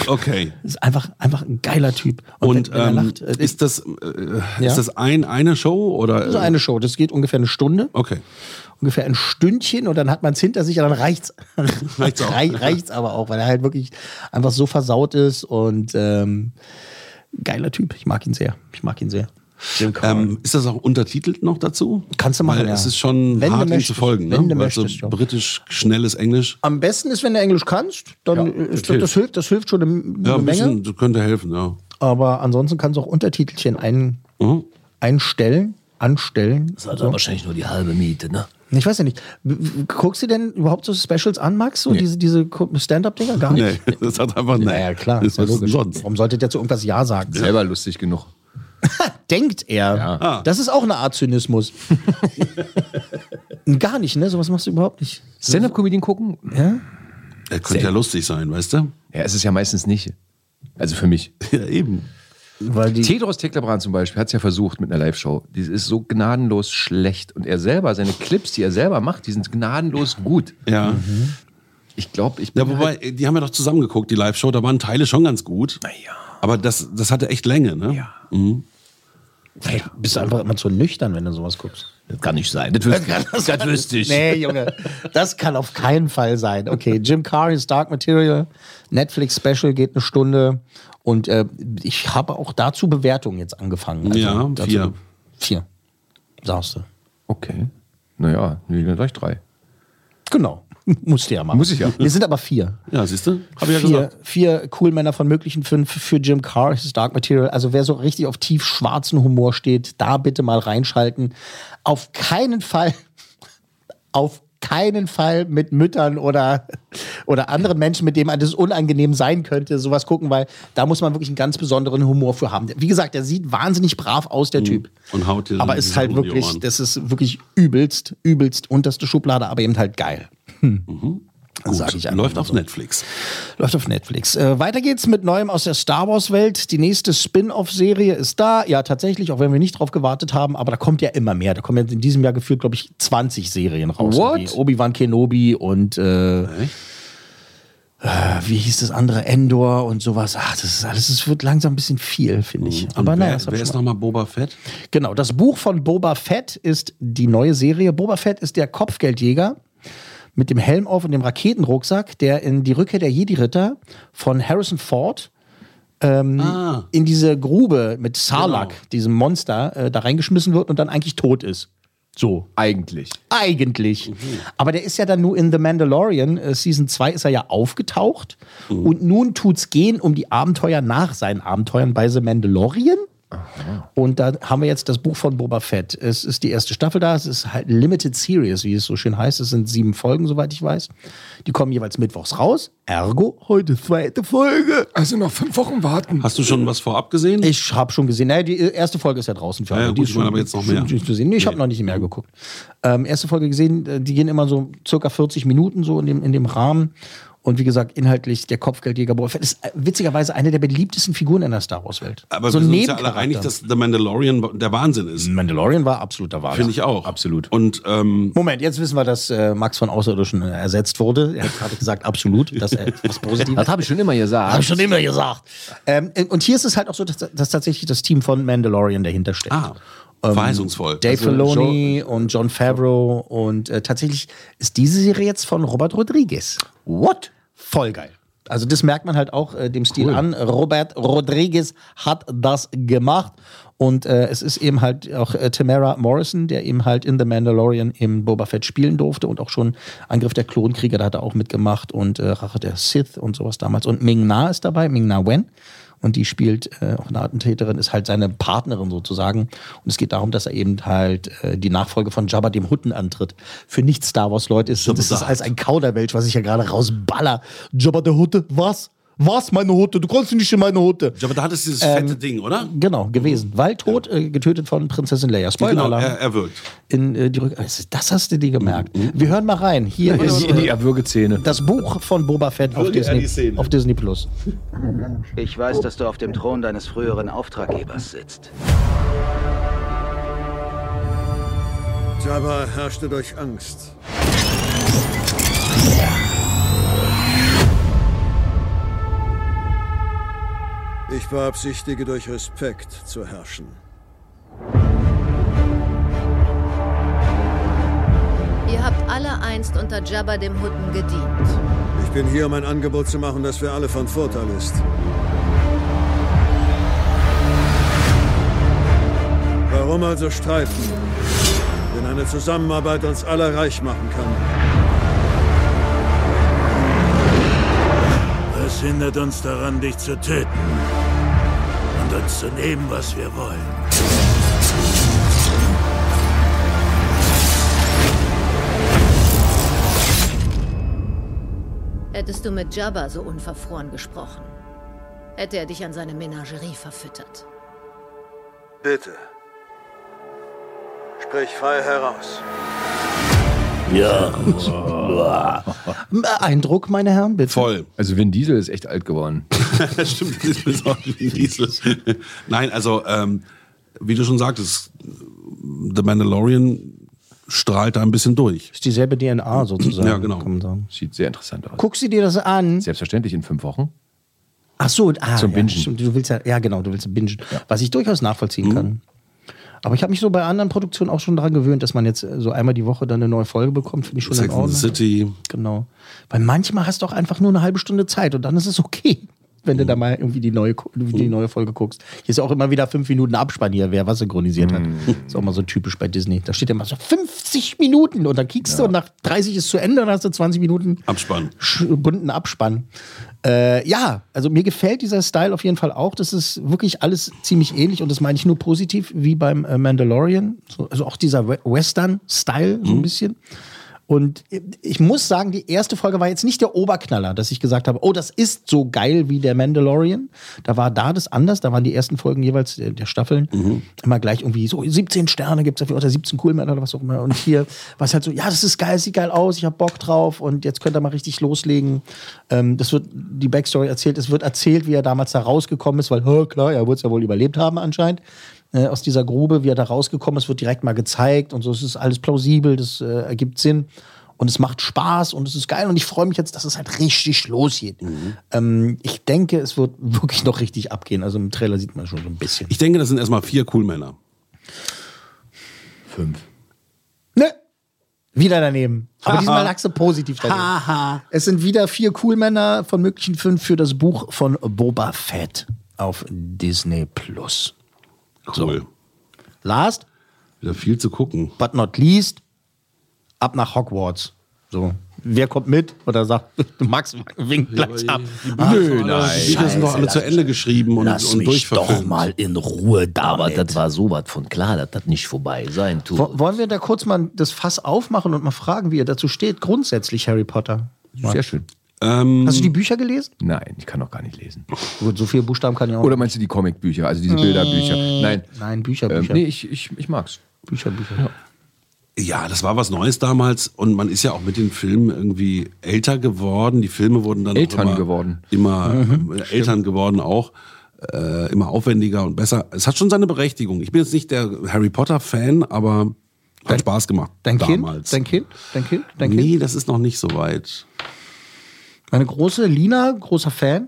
Okay.
Ist einfach, einfach ein geiler Typ.
Und
wenn, wenn
ähm,
er lacht, äh,
ist das, äh,
Ja.
ist das ein, eine Show oder?
so eine Show. Das geht ungefähr eine Stunde,
okay.
ungefähr ein Stündchen und dann hat man es hinter sich und dann reicht's.
Reicht's auch.
Rei- reicht's aber auch, weil er halt wirklich einfach so versaut ist und ähm, geiler Typ. Ich mag ihn sehr. Ich mag ihn sehr.
Ähm, ist das auch untertitelt noch dazu?
Kannst du machen,
Weil
ja.
es ist schon
Wenn du
hart ihm zu
möchtest.
folgen. Ne?
Wenn du
Weil so
möchtest, ja.
britisch schnelles Englisch.
Am besten ist, wenn du Englisch kannst, dann ist, das,
hilft.
das hilft, das hilft schon eine, eine
Ja, ein
Menge.
bisschen, das könnte helfen, ja.
Aber ansonsten kannst du auch Untertitelchen ein,
Mhm.
einstellen, anstellen.
Das hat er wahrscheinlich nur die halbe Miete, ne?
Ich weiß ja nicht. W- w- Guckst du denn überhaupt so Specials an, Max? So diese, diese Ko- Stand-up-Dinger? Gar nicht.
Nee, das hat einfach, nee.
Naja, klar.
Das
Ist ja
ist
logisch.
sonst.
Warum sollte der zu irgendwas Ja Ah. sagen?
Selber lustig genug.
Denkt er. Das ist auch eine Art Zynismus. Gar nicht, ne? Sowas machst du überhaupt nicht.
Stand-up-Comedian gucken?
Das könnte ja lustig sein, weißt du?
Ja, es ist ja meistens nicht. Also für mich.
Ja, eben.
Weil die
Tedros Teklebran zum Beispiel hat es ja versucht mit einer Live-Show. Die ist so gnadenlos schlecht. Und er selber, seine Clips, die er selber macht, die sind gnadenlos gut.
Ja.
Mhm.
Ich glaube, ich bin halt-
Ja, wobei, die haben ja doch zusammengeguckt, die Live-Show, da waren Teile schon ganz gut. Naja. Aber das, das hatte echt Länge, ne? Ja.
Ey, bist du einfach immer zu nüchtern, wenn du sowas guckst.
Das kann nicht sein. Das wüsste ich. Das, wüsste ich.
Nee, Junge. Das kann auf keinen Fall sein. Okay, Jim Carrey's Dark Material, Netflix Special geht eine Stunde. Und äh, ich habe auch dazu Bewertungen jetzt angefangen. Also
Ja,
dazu-
vier.
Vier. Sagst du.
Okay. Naja, wie gleich drei.
Genau. Musste ja machen.
Muss ich ja.
Wir sind aber vier.
Ja, siehst du? Habe ich ja
vier,
gesagt.
vier cool Männer von möglichen fünf für Jim Carr, His Dark Material. Also wer so richtig auf tief schwarzen Humor steht, da bitte mal reinschalten. Auf keinen Fall, auf keinen Fall mit Müttern oder, oder anderen Menschen, mit denen man das unangenehm sein könnte, sowas gucken, weil da muss man wirklich einen ganz besonderen Humor für haben. Wie gesagt, der sieht wahnsinnig brav aus, der Typ.
Und haut dir
Aber
so
ist
diese
halt
Hunde in die
wirklich,
Ohren.
das ist wirklich übelst, übelst unterste Schublade, aber eben halt geil.
Gut,
sag ich einfach
läuft
mal
auf
so.
Netflix.
Läuft auf Netflix. Äh, weiter geht's mit Neuem aus der Star Wars-Welt. Die nächste Spin-off-Serie ist da. Ja, tatsächlich, auch wenn wir nicht drauf gewartet haben, aber da kommt ja immer mehr. Da kommen jetzt in diesem Jahr gefühlt, glaube ich, 20 Serien raus.
What?
Irgendwie Obi-Wan Kenobi und äh, äh, wie hieß das andere? Endor und sowas. Ach, das ist alles, es wird langsam ein bisschen viel, finde ich. Aber
und
naja, das
wer,
hab
wer
ich
ist
schon-
nochmal Boba Fett?
Genau, das Buch von Boba Fett ist die neue Serie. Boba Fett ist der Kopfgeldjäger mit dem Helm auf und dem Raketenrucksack, der in die Rückkehr der Jedi-Ritter von Harrison Ford ähm,
Ah,
in diese Grube mit Sarlacc,
Genau.
diesem Monster, äh, da reingeschmissen wird und dann eigentlich tot ist. So.
Eigentlich.
Eigentlich. Aber der ist ja dann nur in The Mandalorian, äh, Season 2 ist er ja aufgetaucht. Und nun tut's gehen um die Abenteuer nach seinen Abenteuern bei The Mandalorian. Und da haben wir jetzt das Buch von Boba Fett. Es ist die erste Staffel da. Es ist halt Limited Series, wie es so schön heißt. Es sind sieben Folgen, soweit ich weiß. Die kommen jeweils mittwochs raus. Ergo, heute zweite Folge.
Also noch fünf Wochen warten.
hast du schon was vorab gesehen?
Ich habe schon gesehen. Naja, die erste Folge ist ja draußen für
Ja, ja,
alle.
gut,
die ist
ich meine
schon,
aber jetzt noch
schon
mehr.
schon zu sehen. Nee, ich habe
Nee.
noch nicht mehr geguckt. Ähm, erste Folge gesehen, äh, die gehen immer so circa 40 Minuten so in dem, in dem Rahmen. Und wie gesagt, inhaltlich der Kopfgeldjäger Boba Fett ist äh, witzigerweise eine der beliebtesten Figuren in der Star Wars Welt.
Aber
so
wir
ein
sind uns ja alle
Nebencharakter.
einig, dass The Mandalorian der Wahnsinn ist.
Mandalorian war absoluter Wahnsinn.
Finde ich auch.
Absolut.
Und ähm,
Moment, jetzt wissen wir, dass äh, Max von Außerirdischen äh, ersetzt wurde. Er hat gerade gesagt, absolut. Das ist was Positives.
Das habe ich schon immer gesagt.
Hab ich schon immer gesagt. Ähm, und hier ist es halt auch so, dass, dass tatsächlich das Team von Mandalorian dahinter steckt.
ah, verheißungsvoll.
Dave Filoni und John Favreau und äh, tatsächlich ist diese Serie jetzt von Robert Rodriguez. What? Voll geil. Also das merkt man halt auch äh, dem Stil an. Robert Rodriguez hat das gemacht und äh, es ist eben halt auch äh, Tamara Morrison, der eben halt in The Mandalorian eben Boba Fett spielen durfte und auch schon Angriff der Klonkrieger, da hat er auch mitgemacht und äh, Rache der Sith und sowas damals. Und Ming-Na ist dabei, Ming-Na Wen. Und die spielt äh, auch eine Attentäterin, ist halt seine Partnerin sozusagen. Und es geht darum, dass er eben halt äh, die Nachfolge von Jabba dem Hutten antritt. Für nicht-Star Wars-Leute ist das ist
gesagt.
als ein Kauderwelsch, was ich ja gerade rausballer. Jabba der Hutte, was? Was, meine Hutte? Du kommst nicht in meine Hutte.
Ja, aber da hat es
ähm,
dieses fette Ding, oder?
Genau, gewesen. Weil tot, äh, getötet von Prinzessin Leia. Spoiler
Genau, er,
Alarm.
er wirkt.
In äh, die Rück das, das hast du dir gemerkt.
Mhm.
Wir hören mal rein. Hier ist
In die Erwürgezähne.
das Buch von Boba Fett auf
Würde er genau. die ne?
Disney,
Szene?
auf Disney Plus.
Ich weiß, dass du auf dem Thron deines früheren Auftraggebers sitzt.
Jabba herrschte durch Angst. Ich beabsichtige durch Respekt zu herrschen.
Ihr habt alle einst unter Jabba dem Hutten gedient.
Ich bin hier, um ein Angebot zu machen, das für alle von Vorteil ist. Warum also streiten, wenn eine Zusammenarbeit uns alle reich machen kann?
Was hindert uns daran, dich zu töten? Und uns zu nehmen, was wir wollen?
Hättest du mit Jabba so unverfroren gesprochen, hätte er dich an seine Menagerie verfüttert.
Bitte. Sprich frei heraus.
Ja.
Eindruck, meine Herren, bitte.
Voll.
Also Vin Diesel ist echt alt geworden.
Das stimmt. das ist auch wie Diesel. Nein, also, ähm, wie du schon sagtest, The Mandalorian strahlt da ein bisschen durch.
Ist dieselbe DNA sozusagen.
Ja, genau.
Kann man sagen.
Sieht sehr interessant aus.
Guck sie dir das an.
Selbstverständlich in fünf Wochen.
Ach so, und- ah,
Zum
ja,
Bingen.
stimmt, du willst ja, ja genau, du willst bingen. Was ich durchaus nachvollziehen
Hm?
kann. Aber ich habe mich so bei anderen Produktionen auch schon daran gewöhnt, dass man jetzt äh, so einmal die Woche dann eine neue Folge bekommt, finde ich schon in
Sex and the
Ordnung.
City.
Genau. Weil manchmal hast du auch einfach nur eine halbe Stunde Zeit und dann ist es okay. wenn du da mal irgendwie die neue, die neue Folge guckst. Hier ist auch immer wieder fünf Minuten Abspann hier, wer was synchronisiert hat. Ist auch mal so typisch bei Disney. Da steht ja immer so 50 Minuten und dann kickst du und nach 30 ist zu Ende und hast du 20 Minuten
Abspann.
sch- bunten Abspann. Äh, ja, also mir gefällt dieser Style auf jeden Fall auch. Das ist wirklich alles ziemlich ähnlich und das meine ich nur positiv wie beim äh, Mandalorian. So, also auch dieser We- Western-Style so ein bisschen. Und ich muss sagen, die erste Folge war jetzt nicht der Oberknaller, dass ich gesagt habe, oh, das ist so geil wie der Mandalorian. Da war da das anders, da waren die ersten Folgen jeweils der, der Staffeln immer gleich irgendwie so 17 Sterne gibt's dafür oder 17 Coolmänner oder was auch immer. Und hier war es halt so, ja, das ist geil, sieht geil aus, ich hab Bock drauf und jetzt könnt ihr mal richtig loslegen. Ähm, das wird die Backstory erzählt, es wird erzählt, wie er damals da rausgekommen ist, weil, oh, klar, er wird's ja wohl überlebt haben anscheinend äh, aus dieser Grube, wie er da rausgekommen ist, wird direkt mal gezeigt und so. Es ist alles plausibel, das äh, ergibt Sinn und es macht Spaß und es ist geil und ich freue mich jetzt, dass es halt richtig losgeht. Ähm, ich denke, es wird wirklich noch richtig abgehen. Also im Trailer sieht man schon so ein bisschen.
Ich denke, das sind erstmal vier Coolmänner.
Fünf.
Ne? Wieder daneben. Aber diesmal lagst du positiv daneben. Es sind wieder vier Coolmänner von möglichen fünf für das Buch von Boba Fett auf Disney Plus.
Cool.
Last
Wieder viel zu gucken.
but not least, ab nach Hogwarts. So. Wer kommt mit? Oder sagt, Max winkt gleich ab.
Nö, nein. Die Bücher sind doch alle zu Ende geschrieben und,
Lass
und
mich doch
durchverfilmt.
mal in Ruhe da, aber das war so was von klar, dass das nicht vorbei sein tut.
Wo- Wollen wir da kurz mal das Fass aufmachen und mal fragen, wie ihr dazu steht? Grundsätzlich Harry Potter.
Sehr schön.
Ähm,
Hast du die Bücher gelesen?
Nein, ich kann doch gar nicht lesen.
Gut, so viele Buchstaben kann ich auch.
Oder meinst du die Comicbücher, also diese Bilderbücher? Nein.
Äh, Nein, Bücher,
Ähm,
Bücher.
nee, ich, ich, ich mag's.
Bücher, Bücher.
Ja, das war was Neues damals und man ist ja auch mit den Filmen irgendwie älter geworden. Die Filme wurden dann
Eltern
auch immer,
geworden.
immer
Mhm.
äh, Eltern geworden auch, äh, immer aufwendiger und besser. Es hat schon seine Berechtigung. Ich bin jetzt nicht der Harry Potter Fan, aber hat Spaß gemacht
Dein
damals.
Kind? Dein Kind? Dein Kind? Dein Kind?
Nee, das ist noch nicht so weit.
Meine große Lina, großer Fan.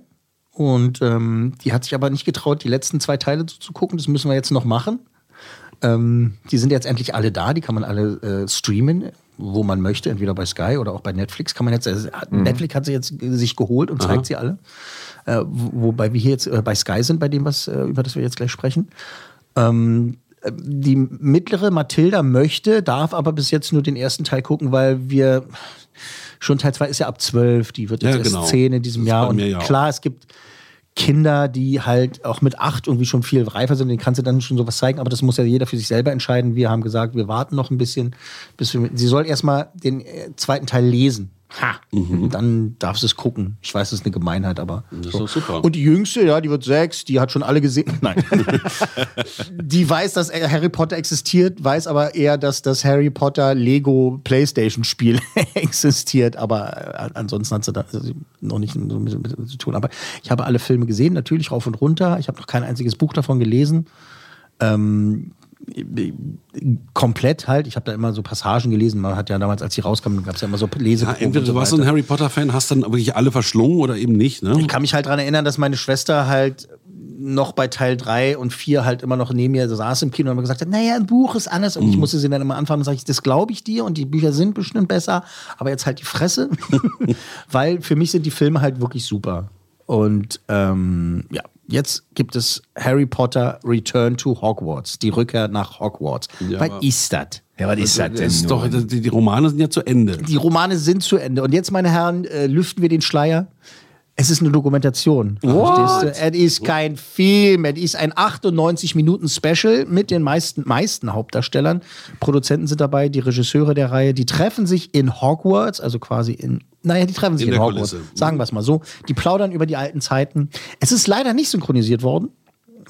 Und ähm, die hat sich aber nicht getraut, die letzten zwei Teile zu, zu gucken. Das müssen wir jetzt noch machen. Ähm, die sind jetzt endlich alle da. Die kann man alle äh, streamen, wo man möchte. Entweder bei Sky oder auch bei Netflix. Kann man jetzt, also, hat-
Mhm.
Netflix hat sie jetzt äh, sich geholt und zeigt sie alle. Äh, wo- wobei wir hier jetzt äh, bei Sky sind, bei dem, was, äh, über das wir jetzt gleich sprechen. Ähm, äh, die mittlere Mathilda möchte, darf aber bis jetzt nur den ersten Teil gucken, weil wir schon Teil 2 ist ja ab 12, die wird jetzt
Ja, genau.
erst 10 in diesem
Das ist
Jahr.
bei
Und
mir ja auch.
klar, es gibt Kinder, die halt auch mit 8 irgendwie schon viel reifer sind, denen kannst du dann schon sowas zeigen, aber das muss ja jeder für sich selber entscheiden. Wir haben gesagt, wir warten noch ein bisschen, bis wir, sie soll erstmal den äh, zweiten Teil lesen. Ha. Dann darf sie es gucken. Ich weiß, das ist eine Gemeinheit, aber. Das
Mhm. ist doch super.
Und die Jüngste, ja, die wird sechs, die hat schon alle gesehen. Nein. die weiß, dass Harry Potter existiert, weiß aber eher, dass das Harry Potter Lego Playstation Spiel existiert. Aber äh, ansonsten hat sie da also, noch nicht so mit, mit, mit zu tun. Aber ich habe alle Filme gesehen, natürlich rauf und runter. Ich habe noch kein einziges Buch davon gelesen. Ähm, komplett halt. Ich habe da immer so Passagen gelesen. Man hat ja damals, als die rauskamen, gab es ja immer so Lese.
Ja, entweder du warst so ein Harry Potter Fan, hast dann wirklich alle verschlungen oder eben nicht. Ne?
Ich kann mich halt daran erinnern, dass meine Schwester halt noch bei Teil 3 und 4 halt immer noch neben mir saß im Kino und immer gesagt hat, naja, ein Buch ist anders.
Mhm.
Und ich musste sie dann immer anfangen und sage ich, das glaube ich dir und die Bücher sind bestimmt besser, aber jetzt halt die Fresse. Weil für mich sind die Filme halt wirklich super. Und ähm, ja, jetzt gibt es Harry Potter Return to Hogwarts, die Rückkehr nach Hogwarts. Was
aber-
ist das?
Ja, was ist das denn?
Das ist
nun?
doch, die, die Romane sind ja zu Ende.
Die Romane sind zu Ende. Und jetzt, meine Herren, äh, lüften wir den Schleier. Es ist eine Dokumentation. Verstehst du? Es ist kein Film. Es ist ein 98-Minuten-Special mit den meisten, meisten Hauptdarstellern. Produzenten sind dabei, die Regisseure der Reihe. Die treffen sich in Hogwarts, also quasi in. Naja, die treffen sich
In
in,
der
Hogwarts.
Kulisse.
Sagen wir es mal so. Die plaudern über die alten Zeiten. Es ist leider nicht synchronisiert worden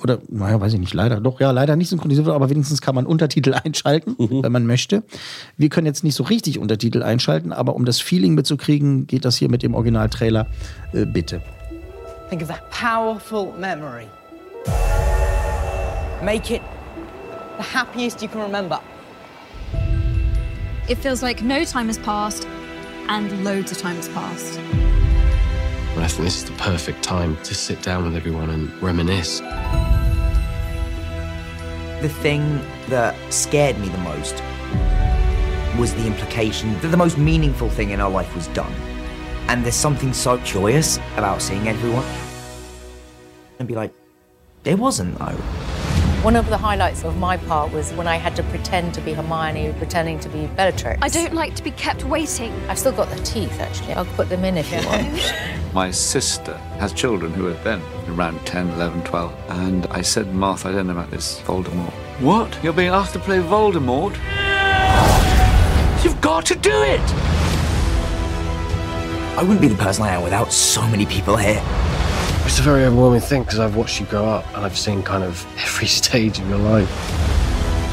oder naja, weiß ich nicht, leider, doch, ja, leider nicht synchronisiert, aber wenigstens kann man Untertitel einschalten, wenn man möchte. Wir können jetzt nicht so richtig Untertitel einschalten, aber um das Feeling mitzukriegen, geht das hier mit dem Originaltrailer. Äh, bitte.
Think of that powerful memory. Make it the happiest you can remember.
It feels like no time has passed and loads of time has passed.
And I think this is the perfect time to sit down with everyone and reminisce.
The thing that scared me the most was the implication that the most meaningful thing in our life was done. And there's something so joyous about seeing everyone. and be like, there wasn't though.
One of the highlights of my part was when I had to pretend to be Hermione, pretending to be Bellatrix.
I don't like to be kept waiting.
I've still got the teeth, actually. I'll put them in if you want.
My sister has children who are then around 10, 11, 12. And I said, Martha, I don't know about this Voldemort. What? You're being asked to play Voldemort? You've got to do it!
I wouldn't be the person I am without so many people here.
It's a very overwhelming thing because I've watched you grow up and I've seen kind of every stage of your life.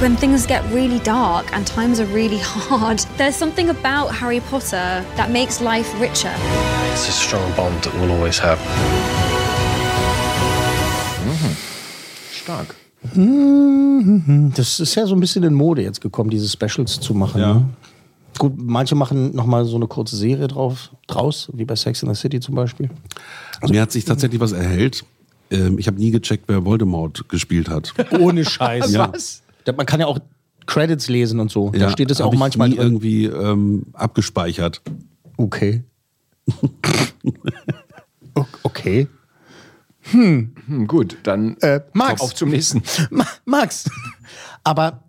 When things get really dark and times are really hard, there's something about Harry Potter that makes life richer.
It's a strong bond that we'll always have.
Stark.
Mhm. Das ist ja so ein bisschen in Mode jetzt gekommen, diese Specials zu machen.
Ja.
Ne? Gut, manche machen nochmal so eine kurze Serie drauf, draus, wie bei Sex in the City zum Beispiel.
Mir hat sich tatsächlich was erhellt. Ähm, ich habe nie gecheckt, wer Voldemort gespielt hat.
Ohne Scheiß.
Ja.
Da- Man kann ja auch Credits lesen und so. da steht es ja
hab
auch
ich
manchmal
nie
drin.
irgendwie ähm, abgespeichert.
Okay. O- okay.
Hm. Gut, dann
Äh, Max.
auf zum nächsten.
Ma Max, aber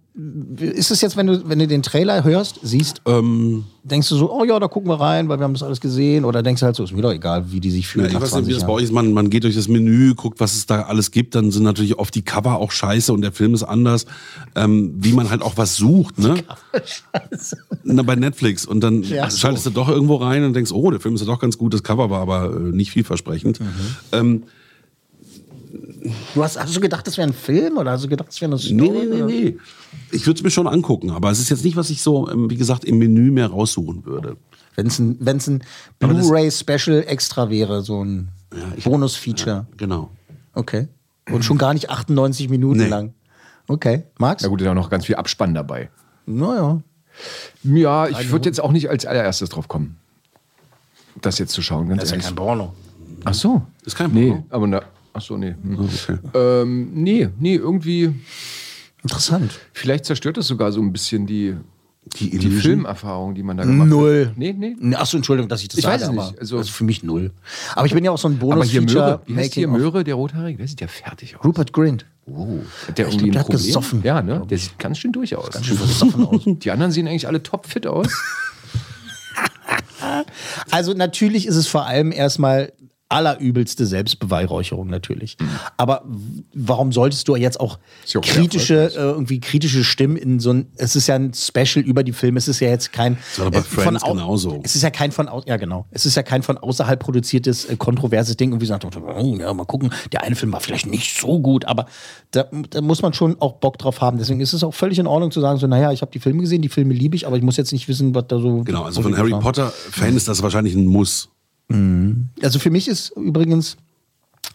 ist es jetzt, wenn du, wenn du den Trailer hörst, siehst, äh,
Ähm,
denkst du so, oh ja, da gucken wir rein, weil wir haben das alles gesehen? Oder denkst du halt so, ist mir doch egal, wie die sich
Ja,
fühlen
ich
nach
weiß nicht,
20
wie das bei
Jahren.
euch ist. Man, man geht durch das Menü, guckt, was es da alles gibt. Dann sind natürlich oft die Cover auch scheiße und der Film ist anders. Ähm, wie man halt auch was sucht, ne? Na, bei Netflix. Und dann
Ja, so.
schaltest du doch irgendwo rein und denkst, oh, der Film ist ja doch ganz gut. Das Cover war aber äh, nicht vielversprechend.
Mhm.
Ähm,
Du hast, hast du gedacht, das wäre ein Film oder hast du gedacht, das wäre eine Story?
nee, nee, nee,
oder?
nee. Ich würde es mir schon angucken, aber es ist jetzt nicht, was ich so, ähm, wie gesagt, im Menü mehr raussuchen würde.
Wenn es ein, wenn's ein
Aber das-
Blu-ray-Special extra wäre, so ein
ich-
Bonus-Feature.
Genau.
Okay. Und schon gar nicht 98 Minuten lang. Okay. Max?
Na gut, ist auch noch ganz viel Abspann dabei.
Naja.
Ja, ich würde jetzt auch nicht als allererstes drauf kommen, das jetzt zu schauen. Ganz
Das ist ja
ehrlich.
kein ne? Porno.
Ach so.
Ist kein
Nee,
ne?
Porno.
aber na, ach so, nee. Hm. Ähm, nee, nee, irgendwie,
Interessant.
vielleicht zerstört das sogar so ein bisschen die,
Die
die
Illusion?
Filmerfahrung, die man da gemacht
Null.
hat. Nee, nee.
Achso, Entschuldigung, dass ich das
Ich
sage,
weiß es
aber
nicht. Also-
das ist für mich null. Aber ich bin ja auch so ein
Aber hier Möhre,
Bonus-Feature.
wie heißt hier
Making of-
Möhre, der Rothaarige, der sieht ja fertig aus.
Rupert Grint.
Oh, hat der
Ich
irgendwie
glaub, der
ein
hat
Problem?
gesoffen,
Ja, ne? Der sieht ganz schön durch aus. Ganz schön
versoffen aus.
Die anderen sehen eigentlich alle topfit aus.
Also natürlich ist es vor allem erstmal allerübelste Selbstbeweihräucherung natürlich. Aber w- warum solltest du jetzt auch
Ist ja auch sehr
kritische äh, irgendwie kritische Stimmen in so ein es ist ja ein Special über die Filme, es ist ja jetzt kein äh,
war doch bei Friends
au-
genauso.
Es ist ja kein von au- ja genau. Es ist ja kein von außerhalb produziertes äh, kontroverses Ding irgendwie sagt, oh, ja, mal gucken, der eine Film war vielleicht nicht so gut, aber da, da muss man schon auch Bock drauf haben. Deswegen ist es auch völlig in Ordnung zu sagen so, naja, ich habe die Filme gesehen, die Filme liebe ich, aber ich muss jetzt nicht wissen, was da so
Genau, also von Harry Potter-Fan ist das wahrscheinlich ein Muss.
Also für mich ist übrigens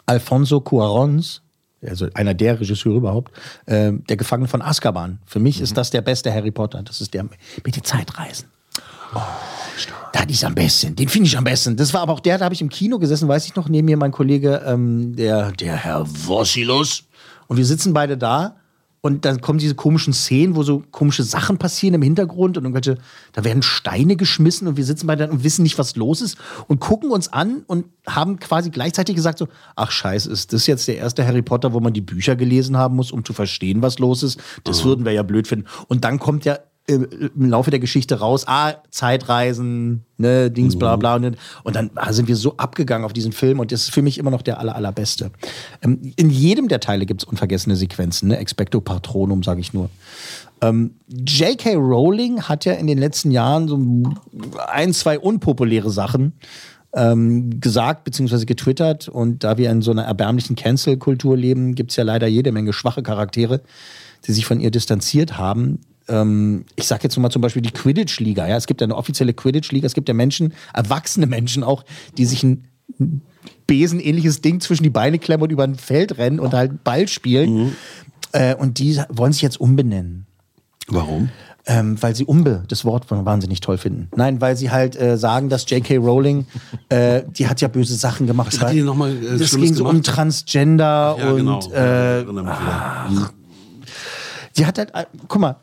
Alfonso Cuarons, also einer der Regisseure überhaupt, ähm, der Gefangene von Azkaban. Für mich ist das der beste Harry Potter. Das ist der mit den Zeitreisen. Da ist am besten. Den finde ich am besten. Das war aber auch der, da habe ich im Kino gesessen, weiß ich noch, neben mir mein Kollege, ähm, der, der Herr Vossilus. Und wir sitzen beide da. Und dann kommen diese komischen Szenen, wo so komische Sachen passieren im Hintergrund und irgendwelche, da werden Steine geschmissen und wir sitzen beide da und wissen nicht, was los ist und gucken uns an und haben quasi gleichzeitig gesagt so, ach scheiße, ist das jetzt der erste Harry Potter, wo man die Bücher gelesen haben muss, um zu verstehen, was los ist? Das würden wir ja blöd finden. Und dann kommt ja äh, im Laufe der Geschichte raus, ah, Zeitreisen, ne, Dings, bla bla. Und, und dann ah, sind wir so abgegangen auf diesen Film und das ist für mich immer noch der aller, allerbeste. Ähm, in jedem der Teile gibt es unvergessene Sequenzen, ne? Expecto Patronum, sage ich nur. Ähm, J.K. Rowling hat ja in den letzten Jahren so ein, zwei unpopuläre Sachen ähm, gesagt bzw. getwittert und da wir in so einer erbärmlichen Cancel-Kultur leben, gibt es ja leider jede Menge schwache Charaktere, die sich von ihr distanziert haben. Ähm, ich sage jetzt nur mal zum Beispiel die Quidditch-Liga. Ja? Es gibt ja eine offizielle Quidditch-Liga, es gibt ja Menschen, erwachsene Menschen auch, die sich ein besenähnliches Ding zwischen die Beine klemmen und über ein Feld rennen und halt Ball spielen.
Mhm.
Äh, und die wollen sich jetzt umbenennen.
Warum?
Ähm, weil sie Umbe, das Wort wahnsinnig toll finden. Nein, weil sie halt äh, sagen, dass J.K. Rowling, äh, die hat ja böse Sachen gemacht.
Was hat die denn noch mal, äh,
das
Schlimmes
ging so um
gemacht?
Transgender
Ja,
und
genau.
äh,
Erinnere mich wieder.
die hat halt, äh, guck mal,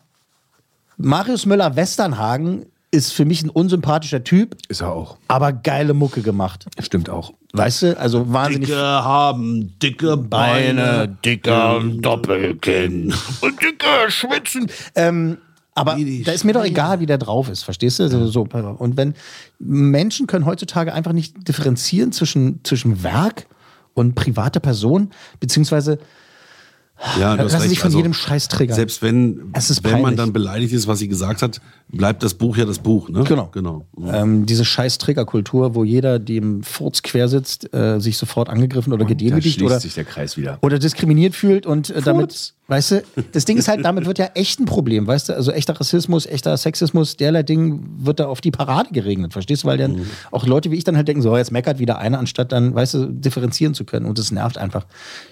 Marius Müller-Westernhagen ist für mich ein unsympathischer Typ.
Ist er auch.
Aber geile Mucke gemacht.
Stimmt auch.
Weißt du, also wahnsinnig.
Dicke haben dicke Ah. Beine, dicker Doppelkinn.
Und dicke Schwitzen. Ähm, aber da ist mir doch egal, wie der drauf ist, verstehst du? Also, so. Und wenn Menschen können heutzutage einfach nicht differenzieren zwischen, zwischen Werk und privater Person, beziehungsweise
Ja, du hast
lassen sich
recht.
von
Also,
jedem Scheiß triggern.
Selbst wenn,
Es ist
wenn man
peinlich.
dann beleidigt ist, was sie gesagt hat, bleibt das Buch ja das Buch. Ne?
Genau.
genau.
ähm, diese scheiß Triggerkultur, wo jeder dem Furz quer sitzt, äh, sich sofort angegriffen oder gedemütigt
schließt
oder,
sich der Kreis wieder.
oder diskriminiert fühlt und äh, damit, weißt du, das Ding ist halt, damit wird ja echt ein Problem, weißt du, also echter Rassismus, echter Sexismus, derlei Ding wird da auf die Parade geregnet, verstehst du, weil
Mhm.
dann auch Leute wie ich dann halt denken, so, jetzt meckert wieder einer, anstatt dann, weißt du, differenzieren zu können und das nervt einfach.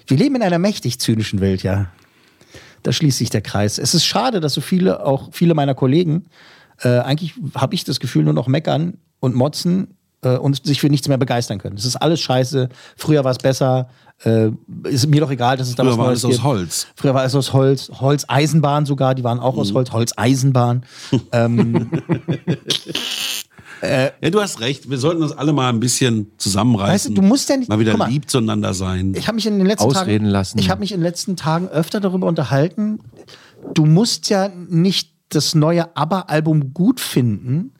Wir leben in einer mächtig zynischen Welt, ja. Da schließt sich der Kreis. Es ist schade, dass so viele, auch viele meiner Kollegen, äh, eigentlich habe ich das Gefühl, nur noch meckern und motzen äh, und sich für nichts mehr begeistern können. Es ist alles scheiße. Früher war es besser. Äh, ist mir doch egal, dass es da
Früher
was
war alles
Neues
aus
gibt.
Holz.
Früher war alles aus Holz. Holz, Eisenbahn sogar, die waren auch
Mhm.
aus Holz. Holz, Eisenbahn. ähm,
ja, du hast recht. Wir sollten uns alle mal ein bisschen zusammenreißen.
Weißt du, du musst ja nicht-
Mal wieder
guck mal.
lieb zueinander sein.
ich habe mich in den letzten
Ausreden
Tagen,
lassen.
Ich habe mich in den letzten Tagen öfter darüber unterhalten. Du musst ja nicht das neue ABBA-Album gut finden,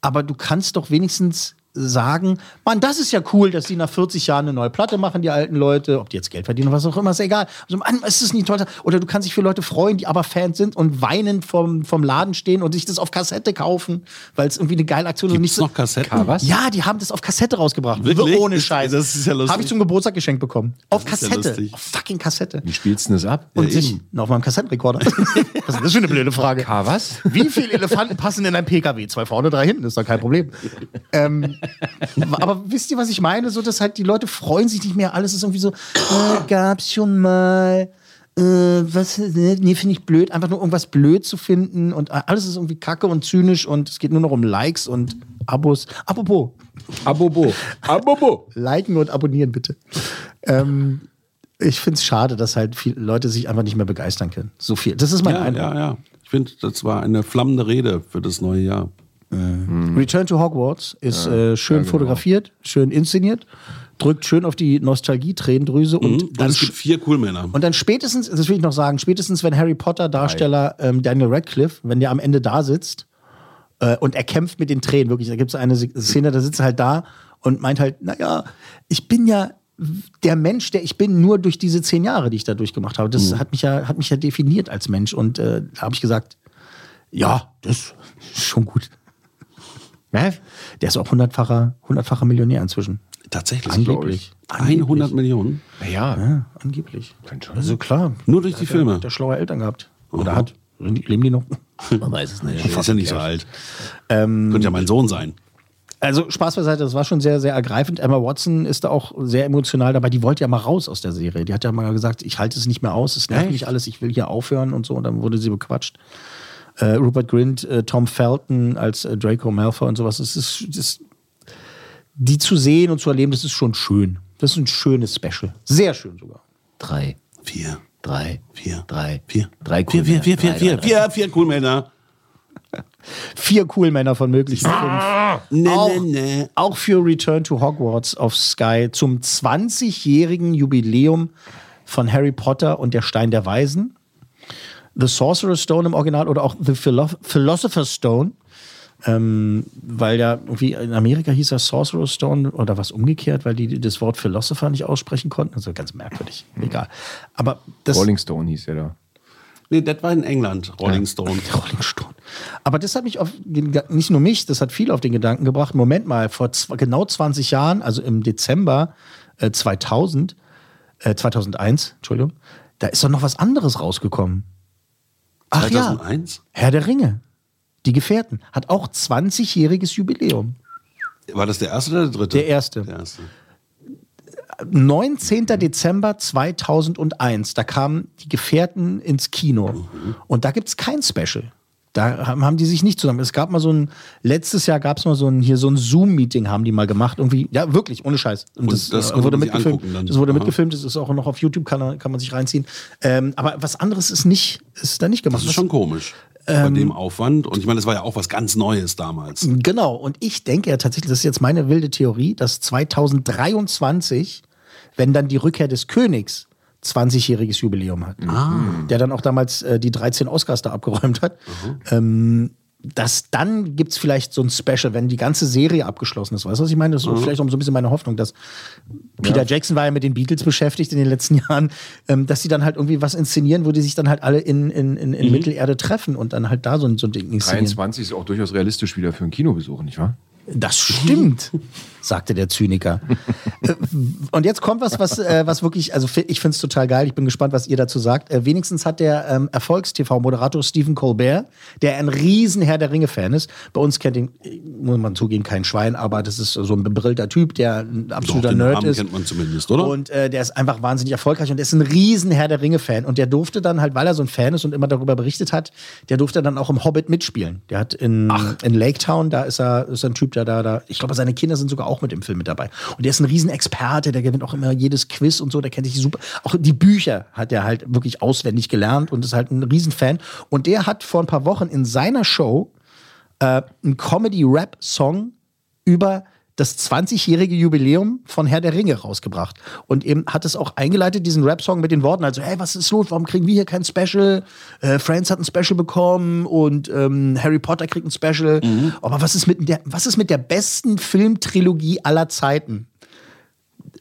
aber du kannst doch wenigstens sagen, Mann, das ist ja cool, dass die nach 40 Jahren eine neue Platte machen, die alten Leute, ob die jetzt Geld verdienen, was auch immer, ist ja egal. Also, Mann, ist das nicht toll? Oder du kannst dich für Leute freuen, die aber Fans sind und weinend vom, vom Laden stehen und sich das auf Kassette kaufen, weil es irgendwie eine geile Aktion ist. und
Gibt's
so-
noch Kassetten?
Was?
Ja, die haben das auf Kassette rausgebracht.
Wirklich?
Ohne
Das-
Scheiß.
das ist ja lustig.
Habe ich zum Geburtstag geschenkt bekommen. Auf
Das ist ja
Kassette.
lustig.
auf fucking Kassette.
Wie spielst du das ab?
Und sich na, auf meinem Kassettenrekorder. Was ist das für eine blöde Frage?
K was?
Wie viele Elefanten passen in ein PKW? Zwei vorne, drei hinten, ist doch kein Problem. ähm, aber wisst ihr, was ich meine? So, dass halt die Leute freuen sich nicht mehr. Alles ist irgendwie so, äh, gab's schon mal. Äh, was, ne, nee, finde ich blöd, einfach nur irgendwas blöd zu finden und äh, alles ist irgendwie kacke und zynisch und es geht nur noch um Likes und Abos. Apropos,
Abobo. Abobo.
liken und abonnieren bitte. ähm, ich finde es schade, dass halt viele Leute sich einfach nicht mehr begeistern können. So viel. Das ist mein
Ja,
Eindruck.
ja, ja. Ich finde, das war eine flammende Rede für das neue Jahr.
Return to Hogwarts ist äh, schön
genau.
fotografiert, schön inszeniert, drückt schön auf die Nostalgie-Tränendrüse und,
Mhm. Und
dann
es gibt vier Coolmänner.
und dann spätestens, das will ich noch sagen, spätestens wenn Harry Potter-Darsteller ähm, Daniel Radcliffe, wenn der am Ende da sitzt äh, und er kämpft mit den Tränen, wirklich, da gibt es eine Se- Szene, da sitzt er halt da und meint halt, naja, ich bin ja der Mensch, der ich bin, nur durch diese zehn Jahre, die ich da durchgemacht habe. Das hat, mich ja, hat mich ja definiert als Mensch und äh, da habe ich gesagt, ja, das ist schon gut. Ne? Der ist auch hundertfacher, hundertfacher Millionär inzwischen.
Tatsächlich.
Angeblich.
100 Millionen.
Naja,
Ja, angeblich.
kann schon.
Also klar.
Nur durch die Filme.
Hat er schlaue Eltern gehabt. Oder hat. Sind die- Leben die noch?
Man weiß es nicht.
Das ist ja nicht so alt.
Ähm,
Könnte ja mein Sohn sein.
Also Spaß beiseite, das war schon sehr, sehr ergreifend. Emma Watson ist da auch sehr emotional dabei. Die wollte ja mal raus aus der Serie. Die hat ja mal gesagt, ich halte es nicht mehr aus, es nervt mich alles, ich will hier aufhören und so. Und dann wurde sie bequatscht. Äh, Rupert Grint, äh, Tom Felton als äh, Draco Malfoy und sowas. Es ist, es ist, die zu sehen und zu erleben, das ist schon schön. Das ist ein schönes Special. Sehr schön sogar.
Drei,
Vier.
drei,
Vier.
drei,
Vier.
drei
Vier, vier, vier, vier,
Drei,
vier,
drei,
vier, vier Coolmänner.
Vier cool Männer von möglichen
Ah!
fünf.
Nee,
Auch-
nee, nee.
auch für Return to Hogwarts auf Sky zum 20-jährigen Jubiläum von Harry Potter und der Stein der Weisen. The Sorcerer's Stone im Original oder auch The Philo Philosopher's Stone. Ähm, weil ja irgendwie in Amerika hieß er Sorcerer's Stone oder was umgekehrt, weil die das Wort Philosopher nicht aussprechen konnten. Also ganz merkwürdig. Egal. Aber das.
Rolling Stone hieß er da.
Nee, das war in England, Rolling Stone.
Rolling Stone. Aber das hat mich auf den, Ge- nicht nur mich, das hat viel auf den Gedanken gebracht. Moment mal, vor zw- genau 20 Jahren, also im Dezember äh, 2000, äh, 2001, Entschuldigung, da ist doch noch was anderes rausgekommen. Ach ja,
2001?
Herr der Ringe. Die Gefährten hat auch 20-jähriges Jubiläum.
War das der erste oder der dritte?
Der erste.
Der erste.
19. Dezember 2001, da kamen die Gefährten ins Kino. Und da gibt es kein Special. Da haben haben die sich nicht zusammen. Es gab mal so ein, letztes Jahr gab es mal so ein, hier so ein Zoom-Meeting haben die mal gemacht. Irgendwie, ja, wirklich, ohne Scheiß. Und,
Und
das,
das
äh,
konnte
wurde
man sich
mitgefilmt.
angucken dann.
Das wurde
Aha.
mitgefilmt, das ist auch noch auf YouTube, kann, kann man sich reinziehen. Ähm, aber was anderes ist nicht, ist da nicht gemacht.
Das ist schon
Was- Ähm,
komisch. bei dem Aufwand. Und ich meine, das war ja auch was ganz Neues damals.
Genau, und ich denke ja tatsächlich, das ist jetzt meine wilde Theorie, dass 2023, wenn dann die Rückkehr des Königs 20-jähriges Jubiläum hat,
Ah.
der dann auch damals äh, die 13 Oscars da abgeräumt hat, ähm, dass dann gibt es vielleicht so ein Special, wenn die ganze Serie abgeschlossen ist. Weißt du, was ich meine? Das ist
Mhm.
vielleicht auch so ein bisschen meine Hoffnung, dass Peter Jackson war ja mit den Beatles beschäftigt in den letzten Jahren, ähm, dass sie dann halt irgendwie was inszenieren, wo die sich dann halt alle in, in, in, in
Mhm.
Mittelerde treffen und dann halt da so ein, so ein Ding inszenieren.
23 ist auch durchaus realistisch wieder für einen Kinobesuch, nicht wahr?
Das stimmt, sagte der Zyniker. Äh, Und jetzt kommt was, was, äh, was wirklich, also fi- ich finde es total geil. Ich bin gespannt, was ihr dazu sagt. Äh, wenigstens hat der ähm, Erfolgstv-Moderator Stephen Colbert, der ein riesen Herr der Ringe-Fan ist. Bei uns kennt ihn, äh, muss man zugeben, kein Schwein, aber das ist so ein bebrillter Typ, der ein absoluter
den
Nerd
Namen
ist.
kennt man zumindest, oder?
Und äh, der ist einfach wahnsinnig erfolgreich und der ist ein riesen Herr der Ringe-Fan. Und der durfte dann halt, weil er so ein Fan ist und immer darüber berichtet hat, der durfte dann auch im Hobbit mitspielen. Der hat in, in Lake Town, da ist er, ist er ein Typ, der da, da, ich glaube, seine Kinder sind sogar auch mit im Film mit dabei. Und der ist ein riesen Experte, der gewinnt auch immer jedes Quiz und so, der kennt sich super. Auch die Bücher hat er halt wirklich auswendig gelernt und ist halt ein riesen Fan. Und der hat vor ein paar Wochen in seiner Show äh, einen Comedy-Rap-Song über das 20-jährige Jubiläum von Herr der Ringe rausgebracht. Und eben hat es auch eingeleitet, diesen Rap-Song mit den Worten, also, hey, was ist los? Warum kriegen wir hier kein Special? Äh, Friends hat ein Special bekommen und ähm, Harry Potter kriegt ein Special. Aber was ist, mit der, was ist mit der besten Filmtrilogie aller Zeiten?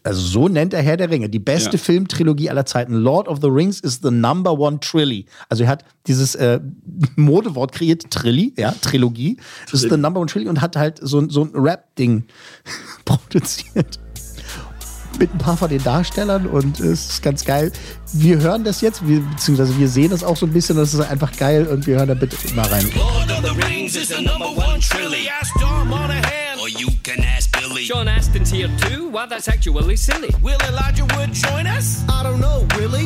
Also so nennt er Herr der Ringe. Die beste
Ja.
Filmtrilogie aller Zeiten. Lord of the Rings is the number one Trilly. Also er hat dieses äh, Modewort kreiert, Trilly, ja, Trilogie. Das ist the number one Trilly und hat halt so, ein- so ein Rap-Ding produziert. Mit ein paar von den Darstellern und es ist ganz geil. Wir hören das jetzt, wir, beziehungsweise wir sehen das auch so ein bisschen, das ist einfach geil und wir hören da bitte mal rein.
Lord of the Rings is the number one trilly. Ask John Monahan, or you can ask Billy. Sean Astin's here too. Wow, that's actually silly. Will Elijah Wood join us? I don't know, really.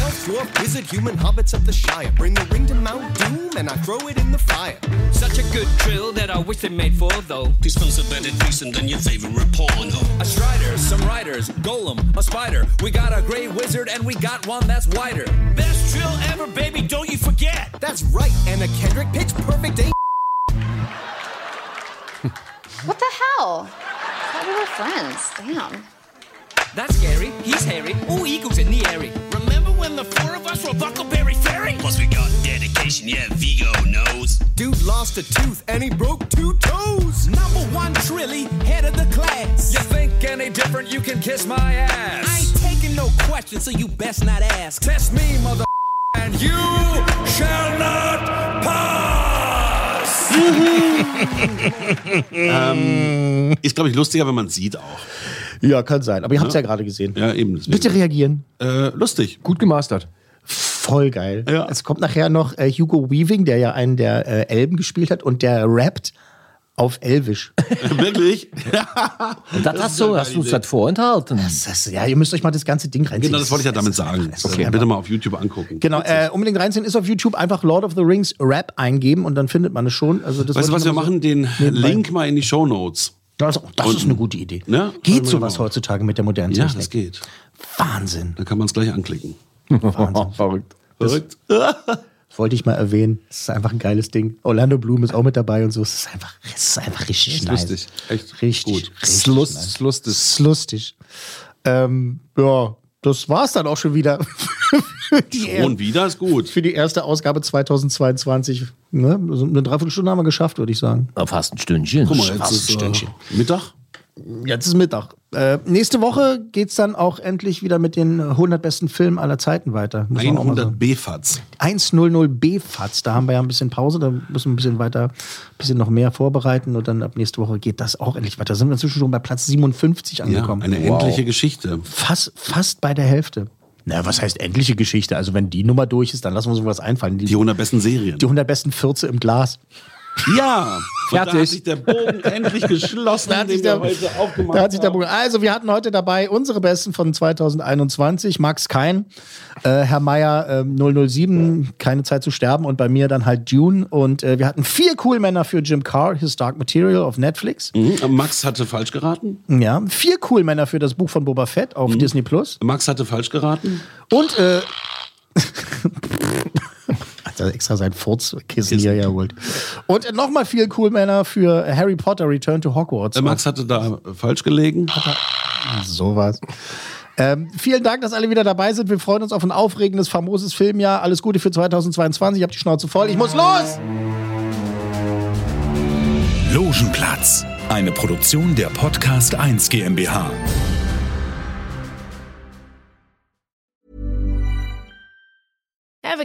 Elf, dwarf, wizard, human, hobbits of the Shire. Bring the ring to Mount Doom, and I throw it in the fire. Such a good trill that I wish they made four, though. These films are better decent than your favorite porno.
A strider, some riders, golem, a spider. We got a great wizard and we got one that's wider.
Best drill ever, baby, don't you forget. That's right, and a Kendrick pitch perfect ain't
What the hell? I thought we were friends. Damn.
That's scary. He's hairy. Ooh, eagles in the airy. Remember when the four of us were Buckleberry Ferry? Plus we got dedication, yeah, Vigo knows. Dude lost a tooth and he broke two toes. Number one trilly, head of the class.
You think any different? You can kiss my
I
ass.
ain't taking no questions, so you best not ask.
Test me, mother. And you shall not pass.
ähm, ist, glaube ich, lustiger, wenn man es sieht auch.
Ja, kann sein. Aber ihr habt es ja gerade gesehen.
Ja, eben. deswegen.
Bitte reagieren.
Äh, lustig.
Gut gemastert.
Voll geil. Es kommt nachher noch äh, Hugo Weaving, der ja einen der äh, Elben gespielt hat und der rappt auf Elvisch.
Wirklich?
Und das hast du, hast du uns das vorenthalten.
Das ist, ja, ihr müsst euch mal das ganze Ding reinziehen.
Genau, das wollte ich ja damit sagen. Okay. Bitte mal auf YouTube angucken.
Genau, äh, unbedingt reinziehen. Ist auf YouTube einfach Lord of the Rings Rap eingeben und dann findet man es schon. Also das
weißt du was,
wollte
wir
ich
machen den
nebenbei-
Link mal in die Show Notes.
Das, oh, das ist eine gute Idee.
Ne?
Geht sowas heutzutage mit der modernen
Ja,
Technik?
das geht.
Wahnsinn.
Dann kann man es gleich anklicken.
Verrückt.
Verrückt.
Das wollte ich mal erwähnen. Das ist einfach ein geiles Ding. Orlando Bloom ist auch mit dabei und so. Es ist einfach, es ist einfach richtig
Ist
nice.
lustig.
Echt
richtig, gut. Richtig nice.
lustig.
ist lustig. Ähm, ja, das war's dann auch schon wieder. Die
Schon wieder ist gut.
Für die erste Ausgabe 2022. Ne? So Eine Dreiviertelstunde haben wir geschafft, würde ich sagen.
Fast ein Stündchen.
Guck mal, jetzt
Fast ein
ist, äh,
Stündchen.
Mittag?
Jetzt ist Mittag. Äh, nächste Woche geht's dann auch endlich wieder mit den 100 besten Filmen aller Zeiten weiter. Muss man auch mal
100
sagen.
BFATs.
100b Fatz. Da haben wir ja ein bisschen Pause. Da müssen wir ein bisschen weiter, ein bisschen noch mehr vorbereiten. Und dann ab nächste Woche geht das auch endlich weiter. Da sind wir inzwischen schon bei Platz 57
Ja,
angekommen.
eine endliche Geschichte.
Fast, fast bei der Hälfte. Na, was heißt endliche Geschichte? Also, wenn die Nummer durch ist, dann lassen wir uns sowas einfallen. Die,
Die 100 besten Serien.
die 100 besten 14 im Glas.
Ja, Und
Fertig.
da hat sich der Bogen endlich geschlossen,
Da hat sich
den
der-
wir heute aufgemacht
Da hat sich der
haben.
Bogen. Also, wir hatten heute dabei unsere Besten von 2021. Max Kein, äh, Herr Meier äh, 007, Keine Zeit zu sterben und bei mir dann halt Dune. Und äh, wir hatten vier Cool Männer für Jim Carr, His Dark Material auf Netflix.
Mhm, Max hatte falsch geraten.
Ja, vier Cool Männer für das Buch Mhm. von Boba Fett auf Disney Plus. äh,
Max hatte falsch geraten.
Und äh, da extra sein Furzkissen hier herholt. Und äh, nochmal viel cool Männer für Harry Potter Return to Hogwarts.
Äh, Max hatte da falsch gelegen.
Sowas. Ähm, vielen Dank, dass alle wieder dabei sind. Wir freuen uns auf ein aufregendes, famoses Filmjahr. Alles Gute für 2022. Ich hab die Schnauze voll. Ich muss los!
Logenplatz, eine Produktion der Podcast 1 GmbH.
Ever